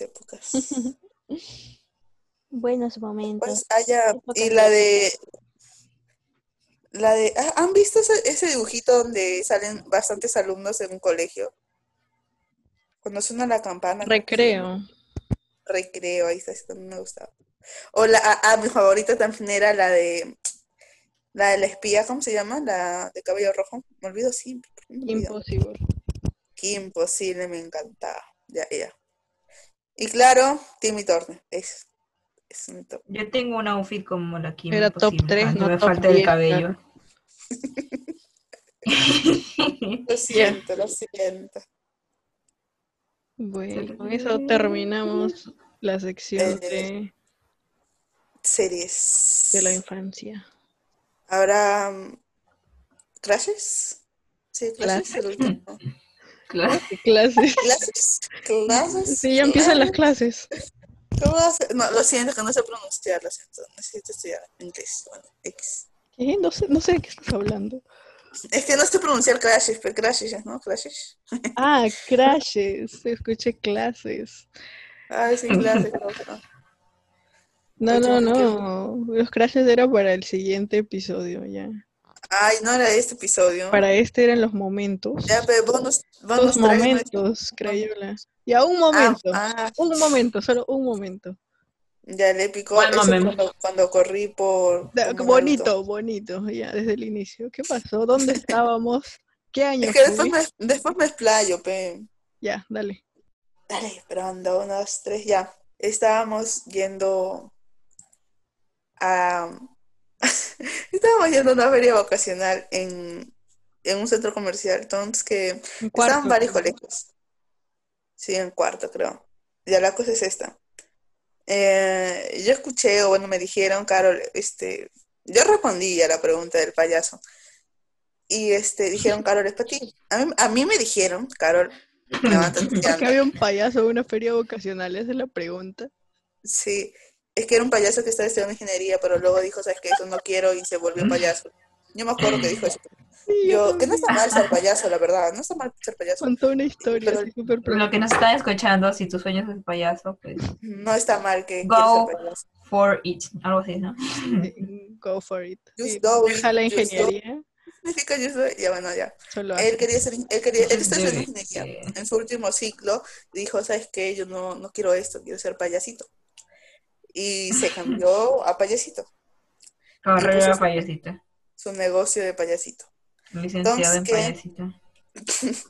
Speaker 4: épocas.
Speaker 2: Buenos momentos.
Speaker 4: Pues allá.
Speaker 2: Épocas
Speaker 4: Y la de. La de. ah, ¿Han visto ese, ese dibujito donde salen bastantes alumnos en un colegio? Cuando suena la campana. ¿cómo se llama?
Speaker 2: Recreo.
Speaker 4: Recreo, ahí está, esa también me gustaba. O la. Ah, ah, mi favorita también era la de. La de la espía, ¿cómo se llama? La de cabello rojo. Me olvido siempre. ¿por qué me olvido?
Speaker 2: Imposible.
Speaker 4: Qué imposible, me encantaba. Ya, ya. Y claro, Timmy Turner. Es, es un top.
Speaker 5: Yo tengo un outfit como la Kim.
Speaker 2: Era top
Speaker 5: imposible,
Speaker 2: tres,
Speaker 5: cuando
Speaker 2: no
Speaker 5: me
Speaker 2: top
Speaker 5: falta el
Speaker 2: diez,
Speaker 5: cabello.
Speaker 4: Lo siento, lo siento.
Speaker 2: Bueno, con eso terminamos la sección
Speaker 4: Eh,
Speaker 2: de,
Speaker 4: Series.
Speaker 2: de la infancia.
Speaker 4: Ahora, mm, ¿Crashes? Sí, Crashes, el último.
Speaker 5: Claro.
Speaker 2: Clases.
Speaker 4: ¿Clases? ¿Clases?
Speaker 2: Sí, ya empiezan las clases.
Speaker 4: ¿Cómo va a ser? No, lo siento, que no sé pronunciar, lo siento. Necesito estudiar inglés. Bueno, X.
Speaker 2: ¿Qué? No sé, no sé de qué estás hablando.
Speaker 4: Es que no sé pronunciar Crashes, pero Crashes, ¿no? Crashes.
Speaker 2: Ah, crashes. Escuché clases.
Speaker 4: Ay, sí, clases. loco.
Speaker 2: No,
Speaker 4: Oye,
Speaker 2: no,
Speaker 4: ¿qué?
Speaker 2: no. Los crashes eran para el siguiente episodio ya.
Speaker 4: Ay, no era este episodio.
Speaker 2: Para este eran los momentos.
Speaker 4: Ya, pero bonus, bonus
Speaker 2: Los
Speaker 4: track no es-
Speaker 2: momentos, Crayola. Ya un momento.
Speaker 4: Ah, ah,
Speaker 2: Un momento, solo un momento.
Speaker 4: ya le picó
Speaker 5: ¿Cuál
Speaker 4: eso
Speaker 5: momento?
Speaker 4: cuando, cuando corrí por.
Speaker 2: Da-
Speaker 4: como Naruto.
Speaker 2: bonito, bonito, ya desde el inicio. ¿Qué pasó? ¿Dónde estábamos? ¿Qué año
Speaker 4: Es que después
Speaker 2: fue?
Speaker 4: me, después me explayo, pe.
Speaker 2: Ya, dale.
Speaker 4: Dale, pero anda, uno, dos, tres, ya. Estábamos yendo a. Estábamos yendo a una feria vacacional en, en un centro comercial. Entonces, que
Speaker 2: Un
Speaker 4: Estaban
Speaker 2: cuarto.
Speaker 4: varios colegios. Sí, en cuarto, creo. Ya la cosa es esta. Eh, yo escuché, o bueno, me dijeron, Carol, este, yo respondí a la pregunta del payaso. Y este, dijeron, Carol, es para ti. A mí, a mí me dijeron, Carol, levántate ya.
Speaker 2: ¿Por qué había un payaso en una feria vocacional? Esa es la pregunta.
Speaker 4: Sí, es que era un payaso que estaba estudiando ingeniería, pero luego dijo, sabes que eso no quiero y se volvió payaso. Yo me acuerdo que dijo eso.
Speaker 2: Sí,
Speaker 4: Yo, que
Speaker 2: también.
Speaker 4: no está mal ser payaso, la verdad, no está mal ser payaso.
Speaker 2: Contó una historia
Speaker 4: Pero-
Speaker 2: así súper pro-
Speaker 5: Lo que nos están escuchando, si tus sueños es payaso, pues
Speaker 4: No está mal que
Speaker 5: Go.
Speaker 4: quieras ser payaso.
Speaker 5: for it, algo así, ¿no?
Speaker 2: Go for it.
Speaker 4: Just
Speaker 2: Sí,
Speaker 4: go it,
Speaker 2: deja la
Speaker 4: just go.
Speaker 2: ingeniería.
Speaker 4: significa yo soy- ya bueno, ya.
Speaker 2: Solo
Speaker 4: Él
Speaker 2: hace.
Speaker 4: quería ser, él quería, él está haciendo
Speaker 5: Debe
Speaker 4: ingeniería.
Speaker 5: ser.
Speaker 4: En su último ciclo dijo, ¿sabes qué? Yo no, no quiero esto, quiero ser payasito. Y se cambió a payasito,
Speaker 5: Carrera
Speaker 4: Entonces-
Speaker 5: payasita.
Speaker 4: su negocio de payasito.
Speaker 5: Licenciado en
Speaker 4: Entonces, ¿qué?
Speaker 5: payasita.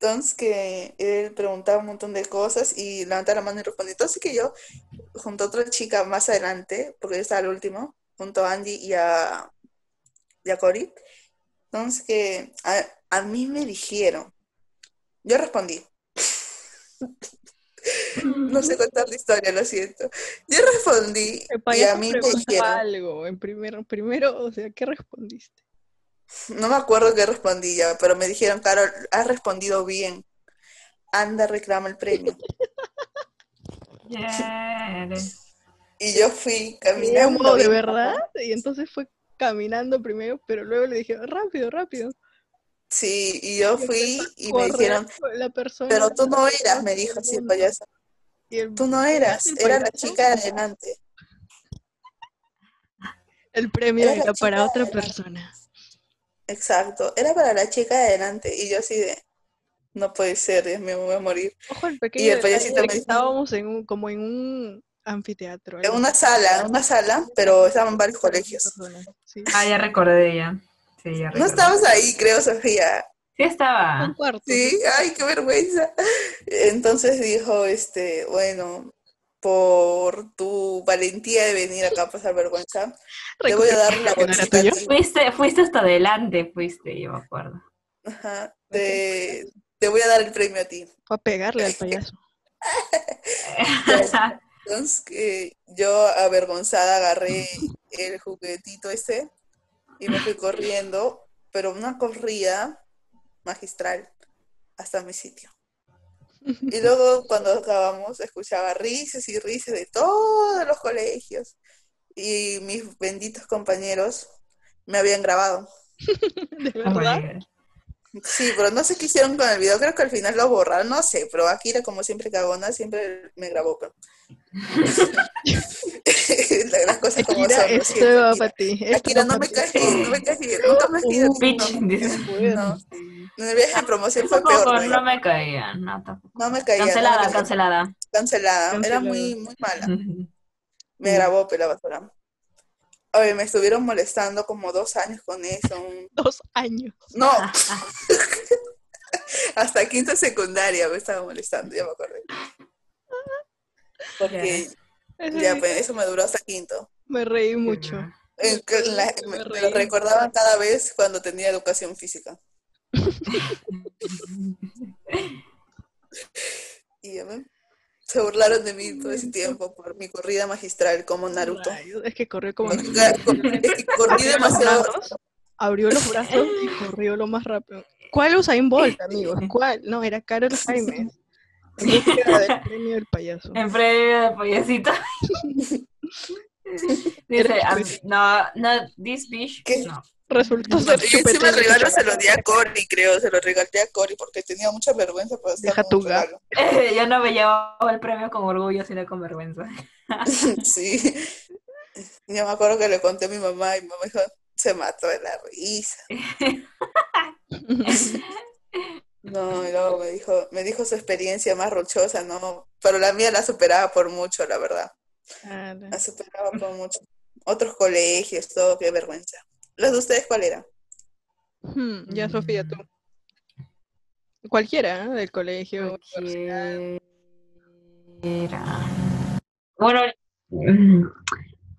Speaker 4: Entonces que él preguntaba un montón de cosas y levantaba la mano y respondía. Entonces que yo, junto a otra chica más adelante, porque yo estaba al último, junto a Andy y a, y a Cory, entonces que a, a mí me dijeron, yo respondí, No sé contar la historia, lo siento. Yo respondí
Speaker 2: El
Speaker 4: y a
Speaker 2: payaso
Speaker 4: mí me
Speaker 2: preguntó
Speaker 4: dijeron,
Speaker 2: algo. En primero, primero, o sea, ¿qué respondiste?
Speaker 4: No me acuerdo qué respondí ya, pero me dijeron, Carol, has respondido bien. Anda, reclama el premio.
Speaker 1: Yes.
Speaker 4: Y yo fui, caminé un
Speaker 2: Corriendo, de
Speaker 4: momento.
Speaker 2: verdad. Y entonces fue caminando primero, pero luego le dije, rápido, rápido.
Speaker 4: Sí, y yo fui y me
Speaker 2: Correr
Speaker 4: dijeron,
Speaker 2: con la persona.
Speaker 4: pero tú no eras, me dijo así el
Speaker 2: pues,
Speaker 4: payaso.
Speaker 2: Y el-
Speaker 4: Tú no eras,
Speaker 2: ¿El
Speaker 4: era la
Speaker 2: payaso?
Speaker 4: chica de adelante.
Speaker 2: El premio
Speaker 4: Era la
Speaker 2: era para
Speaker 4: chica
Speaker 2: otra
Speaker 4: de la-
Speaker 2: persona.
Speaker 4: Exacto, era para la chica de adelante. Y yo así de, no puede ser, Dios mío, me voy a morir.
Speaker 2: Ojo, el pequeño.
Speaker 4: Y el
Speaker 2: detalle
Speaker 4: payasito
Speaker 2: de
Speaker 4: me
Speaker 2: que
Speaker 4: dijo-
Speaker 2: Estábamos en un, como en un anfiteatro.
Speaker 4: En
Speaker 2: algo
Speaker 4: una
Speaker 2: así.
Speaker 4: sala, en una sala, pero estaban varios colegios.
Speaker 2: Personas, sí.
Speaker 1: Ah, ya recordé ya. Sí, ya
Speaker 4: No
Speaker 1: recordé.
Speaker 4: estabas ahí, creo, Sofía.
Speaker 1: Sí
Speaker 2: Un
Speaker 1: estaba.
Speaker 2: cuarto.
Speaker 4: Ah, Sí, ay, qué vergüenza. Entonces dijo, este, bueno, por tu valentía de venir acá a pasar vergüenza, te voy a dar la
Speaker 2: que no era
Speaker 4: bolsita a
Speaker 2: tuyo.
Speaker 4: ti.
Speaker 1: Fuiste, fuiste hasta adelante, fuiste, yo me acuerdo.
Speaker 4: Ajá, te, te voy a dar el premio a ti.
Speaker 2: Fue a pegarle al payaso.
Speaker 4: Entonces que yo avergonzada agarré el juguetito ese y me fui corriendo, pero una corrida magistral hasta mi sitio. Y luego cuando acabamos escuchaba risas y risas de todos los colegios y mis benditos compañeros me habían grabado.
Speaker 2: De
Speaker 1: Oh my
Speaker 2: verdad.
Speaker 1: God.
Speaker 4: Sí, pero no sé qué hicieron con el video, creo que al final lo borraron, no sé, pero Akira, como siempre cagona, siempre me grabó. pero- Las cosas como
Speaker 2: Akira,
Speaker 4: son. lo
Speaker 2: esto
Speaker 4: siento,
Speaker 2: va
Speaker 4: Akira.
Speaker 2: para ti. Esto
Speaker 4: Akira,
Speaker 2: va
Speaker 4: no
Speaker 2: pa'
Speaker 4: me
Speaker 2: ti.
Speaker 4: caes bien, no me caes bien, nunca me caes bien.
Speaker 1: Bitch,
Speaker 4: No,
Speaker 1: dice.
Speaker 4: no.
Speaker 2: Bueno,
Speaker 4: En el viaje de promoción fue peor.
Speaker 1: Tampoco, no
Speaker 4: todavía.
Speaker 1: me caía, no, tampoco.
Speaker 4: No me caía. no me
Speaker 1: Cancelada,
Speaker 4: caía.
Speaker 1: cancelada.
Speaker 4: Cancelada. Era
Speaker 2: Cancelada.
Speaker 4: muy, muy mala. Me grabó pero la basura. Oye, me estuvieron molestando como dos años con eso. un-
Speaker 2: Dos años.
Speaker 4: No,
Speaker 2: Ah,
Speaker 4: hasta quinta secundaria me estaba molestando, ya me acordé. Porque ya, pues, eso me duró hasta quinto.
Speaker 2: Me reí mucho.
Speaker 4: En que la-
Speaker 2: Me
Speaker 4: me, me
Speaker 2: reí.
Speaker 4: lo recordaban cada vez cuando tenía educación física. Y ya ven, se burlaron de mí todo ese tiempo por mi corrida magistral como Naruto.
Speaker 2: Rayos, Es que corrió como.
Speaker 4: Porque ca- es que corrí
Speaker 2: Abrió los
Speaker 4: demasiado.
Speaker 2: brazos. Abrió los brazos y corrió lo más rápido. ¿Cuál Usain Bolt, amigos? ¿Cuál? No, era Carol Jaime. En búsqueda del premio del payaso.
Speaker 1: En previo de payasito. Dice, "Ah, no, no, this bitch.
Speaker 4: ¿Qué?
Speaker 1: No.
Speaker 2: Resultó ser
Speaker 4: Y encima el
Speaker 2: chupetón de
Speaker 4: regalo se lo
Speaker 2: chocolate.
Speaker 4: di a Cory, creo, se lo regalé a Cory porque tenía mucha vergüenza para estar
Speaker 2: Deja
Speaker 4: con un
Speaker 2: tu gato.
Speaker 4: regalo.
Speaker 1: Yo no me llevaba el premio con orgullo, sino con vergüenza.
Speaker 4: Sí. Yo me acuerdo que le conté a mi mamá y mi mamá dijo, se mató de la risa. No, y luego me dijo, me dijo su experiencia más rochosa, no, pero la mía la superaba por mucho, la verdad.
Speaker 2: Ala.
Speaker 4: La superaba por mucho. Otros colegios, todo, qué vergüenza. ¿Las de ustedes cuál era?
Speaker 2: Hmm, Ya, Sofía, tú. Cualquiera, ¿eh? del colegio. universidad.
Speaker 1: Cualquiera. Bueno, mm,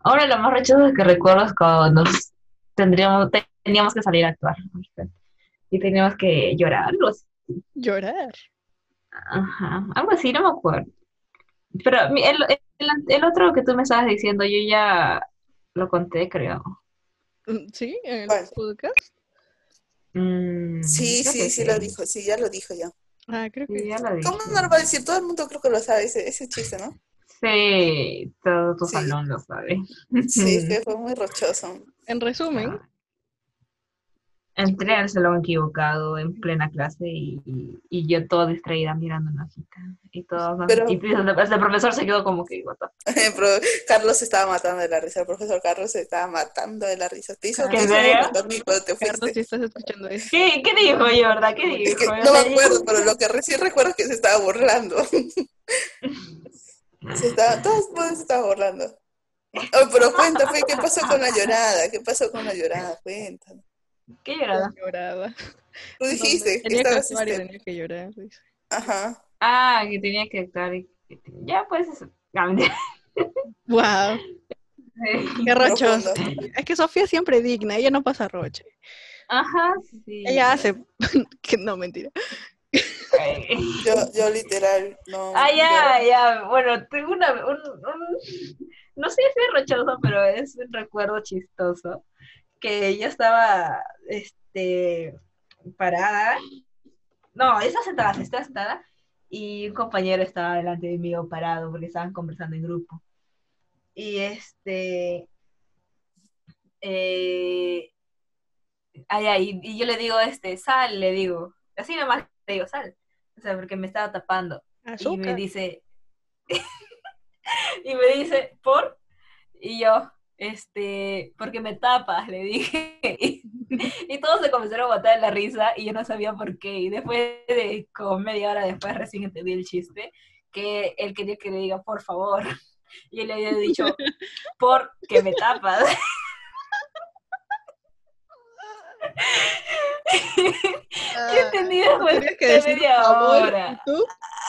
Speaker 1: ahora lo más rechazo que recuerdo es cuando nos tendríamos, teníamos que salir a actuar. Y teníamos que llorar, algo así.
Speaker 2: Llorar.
Speaker 1: Ajá, algo así, no me acuerdo. Pero mi- el, el, el otro que tú me estabas diciendo, yo ya lo conté, creo.
Speaker 2: Mm, ¿Sí? ¿En el
Speaker 4: ¿Cuál?
Speaker 2: podcast?
Speaker 1: Mm,
Speaker 4: Sí,
Speaker 1: creo
Speaker 4: sí,
Speaker 1: que
Speaker 4: sí lo dijo, sí, ya lo dijo ya.
Speaker 2: Ah, creo
Speaker 1: Sí,
Speaker 2: que
Speaker 1: ya lo dije.
Speaker 4: ¿Cómo no lo va a decir? Todo el mundo creo que lo sabe, ese, ese chiste, ¿no?
Speaker 1: Sí, todo tu
Speaker 4: Sí.
Speaker 1: salón lo sabe.
Speaker 4: Sí, es que fue muy rochoso.
Speaker 2: En resumen,
Speaker 4: Ah,
Speaker 1: Entré al salón equivocado en plena clase y, y- y yo toda distraída mirando una cita. Y todos nos-
Speaker 4: Pero-
Speaker 1: y el, el profesor se quedó como que, "What the fuck?".
Speaker 4: Pero Carlos se estaba matando de la risa, el profesor Carlos se estaba matando de la risa. Te hizo,
Speaker 2: ¿En
Speaker 4: te hizo
Speaker 1: serio?
Speaker 4: algo conmigo cuando te fuiste.
Speaker 2: Carlos, si estás escuchando eso.
Speaker 1: ¿Qué, qué dijo yo, verdad? ¿Qué dijo?
Speaker 4: Es que
Speaker 1: Yo
Speaker 4: no me
Speaker 1: le-
Speaker 4: acuerdo, pero lo que recién recuerdo es que se estaba burlando. Se estaba, todo el mundo se estaba burlando. Oh, pero cuenta, pues, ¿qué pasó con la llorada? ¿Qué pasó con la llorada? Cuenta.
Speaker 1: ¿Qué llorada?
Speaker 2: Lloraba.
Speaker 4: Tú dijiste que
Speaker 2: Tenía que
Speaker 4: estabas...
Speaker 2: actuar y
Speaker 4: este,
Speaker 2: tenía que llorar. dice.
Speaker 4: Ajá.
Speaker 1: Ah, que tenía que actuar. y- Ya, pues. eso. Ah, mentira.
Speaker 2: Wow,
Speaker 1: Sí.
Speaker 2: qué rochos.
Speaker 4: Profundo.
Speaker 2: Es que Sofía siempre es digna, ella no pasa roche.
Speaker 1: Ajá, sí.
Speaker 2: Ella hace. que no, mentira.
Speaker 1: Ay.
Speaker 4: Yo, yo literal, no...
Speaker 1: Ah,
Speaker 4: yo-
Speaker 1: ya, ya. Bueno, tengo una, un, un- no sé si es rochoso, pero es un recuerdo chistoso. Que yo estaba, es- este, parada. No, estaba sentada, estaba sentada. Y un compañero estaba delante de mí o parado porque estaban conversando en grupo. Y este. eh, ay, ay, y yo le digo, este, sal, le digo. Así nomás le digo, sal. O sea, porque me estaba tapando. Y me
Speaker 2: Azúcar.
Speaker 1: dice, y me dice, ¿por? Y yo, este, porque me tapas, le dije. Y, todos se comenzaron a matar de la risa y yo no sabía por qué. Y después de, como media hora después, recién entendí el chiste, que él quería que le diga, por favor. Y él le había dicho, porque me tapas.
Speaker 2: Ah,
Speaker 1: Yo entendí después
Speaker 2: tenías "Ah, que
Speaker 1: de
Speaker 2: decir
Speaker 1: media
Speaker 2: favor,
Speaker 1: hora.
Speaker 2: ¿y tú?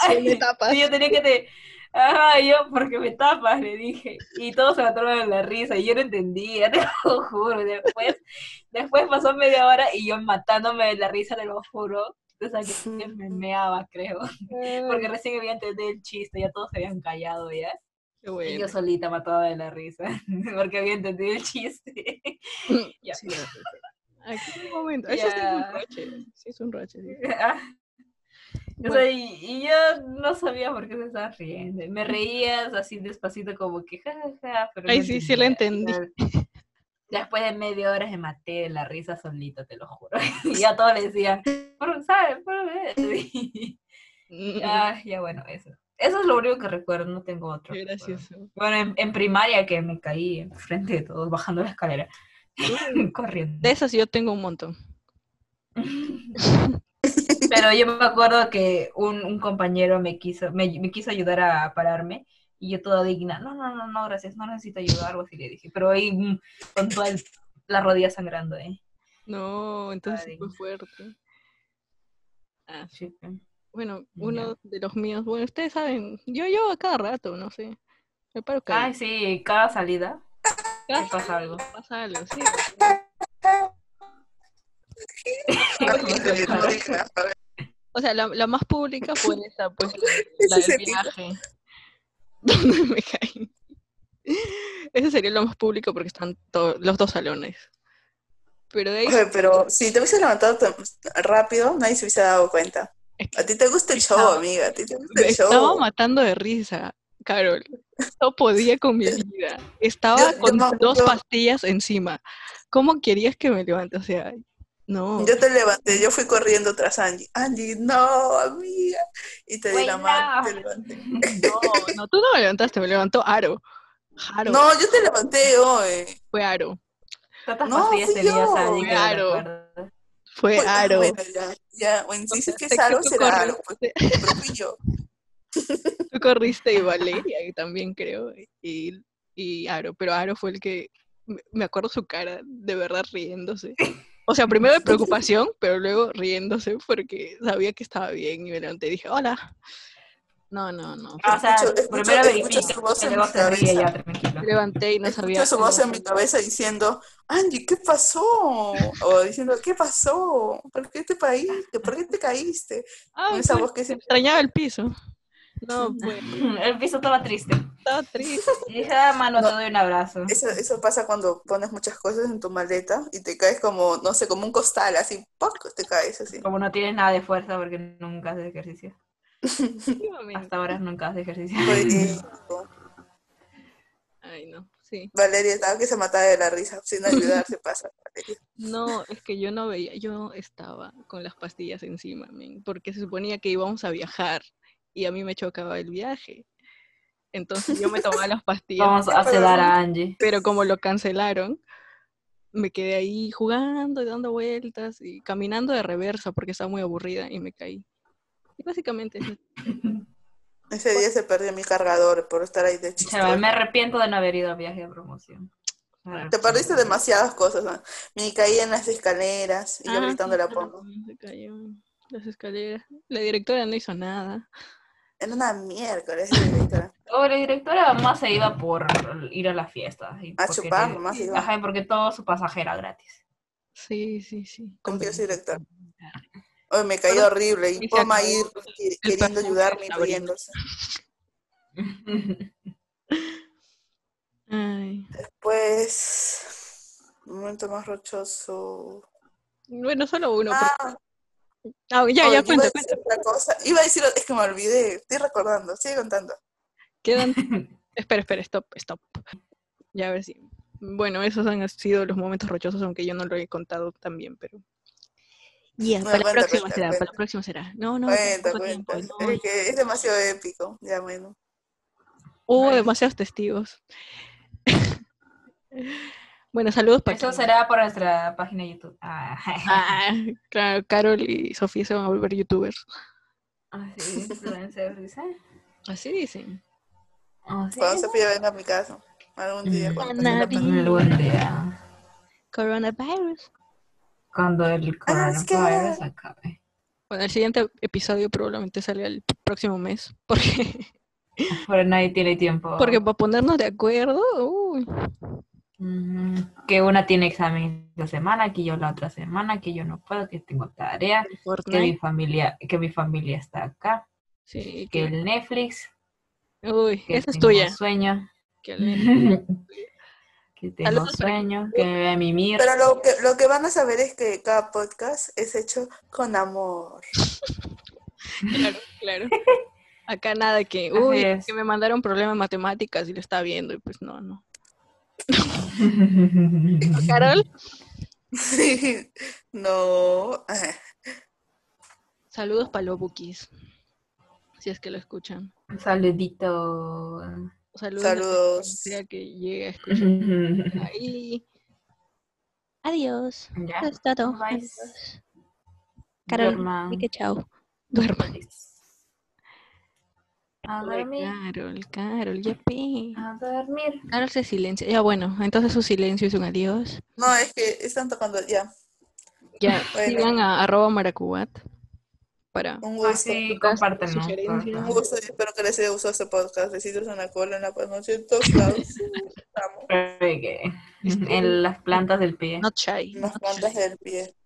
Speaker 2: ¿Qué me tapas?
Speaker 1: Y yo tenía que te. Ajá, y yo, porque me tapas, le dije. Y todos se mataron de la risa. Y yo no entendía, te lo juro. Después, después pasó media hora y yo matándome de la risa, te lo juro. O sea, que me meaba, creo. Porque recién había entendido el chiste, ya todos se habían callado, ¿ya?
Speaker 2: Qué
Speaker 1: Y
Speaker 2: bueno.
Speaker 1: yo solita matada de la risa, porque había entendido el chiste. Ya.
Speaker 2: Sí, sí, sí. Aquí un momento. Eso sí es un
Speaker 1: Ya.
Speaker 2: roche. Sí es un roche. sí.
Speaker 1: Ah. O
Speaker 2: Bueno.
Speaker 1: sea, y, y yo no sabía por qué se estaba riendo. Me reías así despacito como que ja, ja, ja, pero
Speaker 2: Ay,
Speaker 1: no
Speaker 2: sí, sí lo
Speaker 1: entendía. Después de media hora me maté de la risa solita, te lo juro. Y ya todo le decía, "Por- ¿sabes? Por ver". Y-
Speaker 2: Mm,
Speaker 1: ah, ya bueno, eso. Eso es lo único que recuerdo, no tengo otro.
Speaker 2: Qué
Speaker 1: recuerdo.
Speaker 2: gracioso.
Speaker 1: Bueno, en, en primaria que me caí frente de todos bajando la escalera, corriendo.
Speaker 2: De esas yo tengo un montón.
Speaker 1: Pero yo me acuerdo que un, un compañero me quiso, me, me quiso ayudar a pararme y yo toda digna, no, no, no, no, gracias, no necesito ayuda, algo así le dije. Pero ahí mm, con toda el- la rodilla sangrando, ¿eh?
Speaker 2: No, entonces sí
Speaker 1: Ay.
Speaker 2: fue fuerte. Ah,
Speaker 1: Sí, sí.
Speaker 2: bueno,
Speaker 1: Ya.
Speaker 2: uno de los míos. Bueno, ustedes saben, yo llevo a cada rato, no sé. Me paro cada
Speaker 1: Ay, sí, cada salida me pasa algo.
Speaker 2: pasa algo, sí. O sea, la, la más pública fue esa, pues la, la
Speaker 4: Ese
Speaker 2: del
Speaker 4: sentido.
Speaker 2: viaje. Donde me caí. Ese sería lo más público porque están to- los dos salones. Pero de ahí,
Speaker 4: Oye, pero si te hubiese levantado tan rápido, nadie se hubiese dado cuenta. A ti te gusta el show,
Speaker 2: Estaba-
Speaker 4: amiga. A ti te gusta
Speaker 2: me
Speaker 4: el
Speaker 2: estaba
Speaker 4: show.
Speaker 2: matando de risa, Carol. No podía con mi vida. Estaba
Speaker 4: Yo- yo
Speaker 2: con
Speaker 4: me-
Speaker 2: dos
Speaker 4: yo-
Speaker 2: pastillas encima. ¿Cómo querías que me levante? O sea, no.
Speaker 4: Yo te levanté, yo fui corriendo tras Angie. Angie, no, amiga. Y te di la
Speaker 1: Güey,
Speaker 4: mano,
Speaker 1: no.
Speaker 4: te levanté.
Speaker 2: No, no, tú no me levantaste, me levantó Aro. Aro,
Speaker 4: No, yo te levanté hoy.
Speaker 2: fue Aro.
Speaker 1: Tantas
Speaker 4: No,
Speaker 1: pastillas
Speaker 4: fui
Speaker 1: tenías,
Speaker 4: yo.
Speaker 1: Andy, que no
Speaker 2: Claro.
Speaker 1: recuerdo.
Speaker 2: Fue
Speaker 4: Bueno,
Speaker 2: Aro.
Speaker 4: Pues, ah, Bueno, ya, ya. Bueno, si dices que
Speaker 2: sé
Speaker 4: es aro,
Speaker 2: tú
Speaker 4: será aro. Pues,
Speaker 2: corriste,
Speaker 4: pero fui yo.
Speaker 2: tú corriste y Valeria y también creo, y, y Aro, pero Aro fue el que, me- me acuerdo su cara, de verdad riéndose. O sea, primero de preocupación, pero luego riéndose porque sabía que estaba bien y me levanté y dije, hola. No, no, no.
Speaker 1: Ah, o sea,
Speaker 4: Escucho- escucho-
Speaker 1: primero
Speaker 4: escucho
Speaker 1: verifico,
Speaker 4: su voz
Speaker 1: y
Speaker 4: en
Speaker 1: luego
Speaker 4: mi
Speaker 1: se ríe
Speaker 4: cabeza.
Speaker 1: ya, tranquilo.
Speaker 2: Me levanté y no sabía.
Speaker 4: Escucho su
Speaker 2: cómo-
Speaker 4: voz en mi cabeza diciendo, Angie, ¿qué pasó? O diciendo, ¿qué pasó? ¿Por qué te caíste? ¿Por qué te caíste?
Speaker 2: Ay,
Speaker 4: Con esa
Speaker 2: pues,
Speaker 4: voz que siempre...
Speaker 2: extrañaba el piso. No, pues,
Speaker 1: El piso estaba triste.
Speaker 2: estaba triste.
Speaker 1: Y dije, ah, mano,
Speaker 4: No.
Speaker 1: te doy un abrazo.
Speaker 4: Eso, eso pasa cuando pones muchas cosas en tu maleta y te caes como, no sé, como un costal, así, ¡poc! te caes así.
Speaker 1: Como no tienes nada de fuerza porque nunca haces ejercicio.
Speaker 2: Últimamente.
Speaker 1: Hasta ahora nunca haces ejercicio.
Speaker 4: Oye,
Speaker 1: Mm.
Speaker 2: Ay, no, sí.
Speaker 4: Valeria estaba que se mataba de la risa, sin ayudar se pasa. Valeria.
Speaker 2: No, es que yo no veía, yo estaba con las pastillas encima, men, porque se suponía que íbamos a viajar y a mí me chocaba el viaje. Entonces yo me tomaba las pastillas,
Speaker 1: Vamos a sedar a Angie.
Speaker 2: pero como lo cancelaron, me quedé ahí jugando y dando vueltas y caminando de reversa porque estaba muy aburrida y me caí. Y básicamente, eso.
Speaker 4: Ese día se perdió mi cargador por estar ahí de
Speaker 1: Chaval,
Speaker 4: chistoso.
Speaker 1: me arrepiento de no haber ido a viaje de promoción. Me
Speaker 4: Te
Speaker 1: arrepiento.
Speaker 4: perdiste demasiadas cosas. ¿no? Me caí en las escaleras y yo
Speaker 2: Ah,
Speaker 4: gritando
Speaker 2: sí,
Speaker 4: la
Speaker 2: claro,
Speaker 4: pongo.
Speaker 2: se cayó en las escaleras. La directora no hizo nada.
Speaker 4: Era una miércoles, directora.
Speaker 1: O Oh, la directora más se iba por ir a la fiesta. y
Speaker 4: A
Speaker 1: porque
Speaker 4: chupar
Speaker 1: le-
Speaker 4: nomás iba.
Speaker 1: Ajá, y porque todo su pasaje era gratis.
Speaker 2: Sí, sí, sí.
Speaker 4: Como que yo soy directora.
Speaker 2: conveniente.
Speaker 4: Hoy me caí
Speaker 2: Pero-
Speaker 4: horrible
Speaker 2: y se
Speaker 4: y Poma
Speaker 2: acabó
Speaker 4: ahí que- queriendo
Speaker 2: perfume de
Speaker 4: ayudarme y
Speaker 2: Sabrina.
Speaker 4: riéndose.
Speaker 2: Ay,
Speaker 4: Pues, un momento más rochoso.
Speaker 2: Bueno, solo uno.
Speaker 4: Ah,
Speaker 2: porque- Ah, ya,
Speaker 4: oh,
Speaker 2: ya,
Speaker 4: iba a
Speaker 2: cuenta,
Speaker 4: decir
Speaker 2: cuenta.
Speaker 4: otra cosa. Iba a decir, es que me olvidé, estoy recordando, sigue contando.
Speaker 2: Quedan... Espera, espera, stop, stop. Ya a ver si... Bueno, esos han sido los momentos rochosos, aunque yo no lo he contado también, pero... Ya,
Speaker 4: Bueno,
Speaker 2: para la
Speaker 4: cuenta,
Speaker 2: próxima
Speaker 4: cuenta,
Speaker 2: será, para la
Speaker 4: cuenta.
Speaker 2: próxima será. No, no,
Speaker 4: Cuenta,
Speaker 2: tampoco
Speaker 4: cuenta.
Speaker 2: tiempo, no.
Speaker 4: Es que es demasiado épico, ya bueno.
Speaker 2: Hubo demasiados testigos. bueno, saludos para...
Speaker 1: Eso será por nuestra página de YouTube. Ah,
Speaker 2: Ah, claro, Carol y Sofía se van a volver youtubers.
Speaker 4: Ah,
Speaker 1: Así, influencers, dice.
Speaker 2: Así dicen.
Speaker 1: Así.
Speaker 4: Cuando Sofía venga a mi casa, algún
Speaker 2: Mm,
Speaker 4: día. cuando pase la
Speaker 2: Navidad.
Speaker 4: pandemia.
Speaker 1: Algún día,
Speaker 2: Coronavirus.
Speaker 1: Cuando el
Speaker 4: Ah, es que-
Speaker 1: coronavirus acabe.
Speaker 2: Bueno, el siguiente episodio probablemente salga el próximo mes, porque,
Speaker 1: Pero nadie tiene tiempo.
Speaker 2: porque para ponernos de acuerdo, uy,
Speaker 1: Ujú. Que una tiene examen la semana, que yo la otra semana, que yo no puedo, que tengo tarea, que mi
Speaker 2: Fortnite,
Speaker 1: familia, que mi familia está acá, que
Speaker 2: sí, que,
Speaker 1: el Netflix,
Speaker 2: uy,
Speaker 1: que
Speaker 2: esa es
Speaker 1: tengo
Speaker 2: tuya.
Speaker 1: sueño,
Speaker 2: que le-
Speaker 1: que tengo
Speaker 2: Saludos para-
Speaker 1: sueño, que me voy a mimir.
Speaker 4: Pero lo que, lo que van a saber es que cada podcast es hecho con amor.
Speaker 2: claro, claro. Acá nada que,
Speaker 1: Así
Speaker 2: uy,
Speaker 1: es.
Speaker 2: que me mandaron problema en matemáticas y lo está viendo, y pues no, no. Carol,
Speaker 4: no. eh,
Speaker 2: saludos para los bookies, si es que lo escuchan.
Speaker 1: Un saludito.
Speaker 2: Saludos. a quien
Speaker 4: Saludos.
Speaker 2: Sea que llegue a escuchar.
Speaker 1: ya.
Speaker 2: Ahí. Adiós. Eso es todo.
Speaker 1: Bye.
Speaker 2: Adiós. Carol,
Speaker 1: Duerman.
Speaker 2: di que chao. Duerman.
Speaker 1: A dormir,
Speaker 2: Carol, Carol, ya pe.
Speaker 1: a dormir.
Speaker 2: Carol se silencia. Ya bueno, entonces su silencio es un adiós.
Speaker 4: No, es que están tocando ya.
Speaker 2: Ya,
Speaker 4: Bueno.
Speaker 2: sigan a arroba maracubat para
Speaker 4: Un gusto.
Speaker 1: Así, compártelo.
Speaker 2: Sugerencias.
Speaker 4: Un gusto y espero que les haya gustado este podcast. De Citrus en la cola, en la noche, en todos lados. Estamos.
Speaker 1: Pegue. En las plantas del pie.
Speaker 2: Not Shy.
Speaker 4: en Las
Speaker 2: Not
Speaker 4: plantas
Speaker 2: Shy.
Speaker 4: del pie.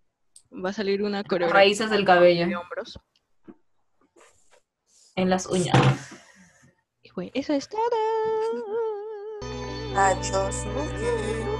Speaker 2: Va a salir una coreografía
Speaker 1: Raíces del
Speaker 2: de
Speaker 1: cabello.
Speaker 2: hombros.
Speaker 1: En las uñas.
Speaker 2: Y fue, eso es todo.
Speaker 4: Adiós.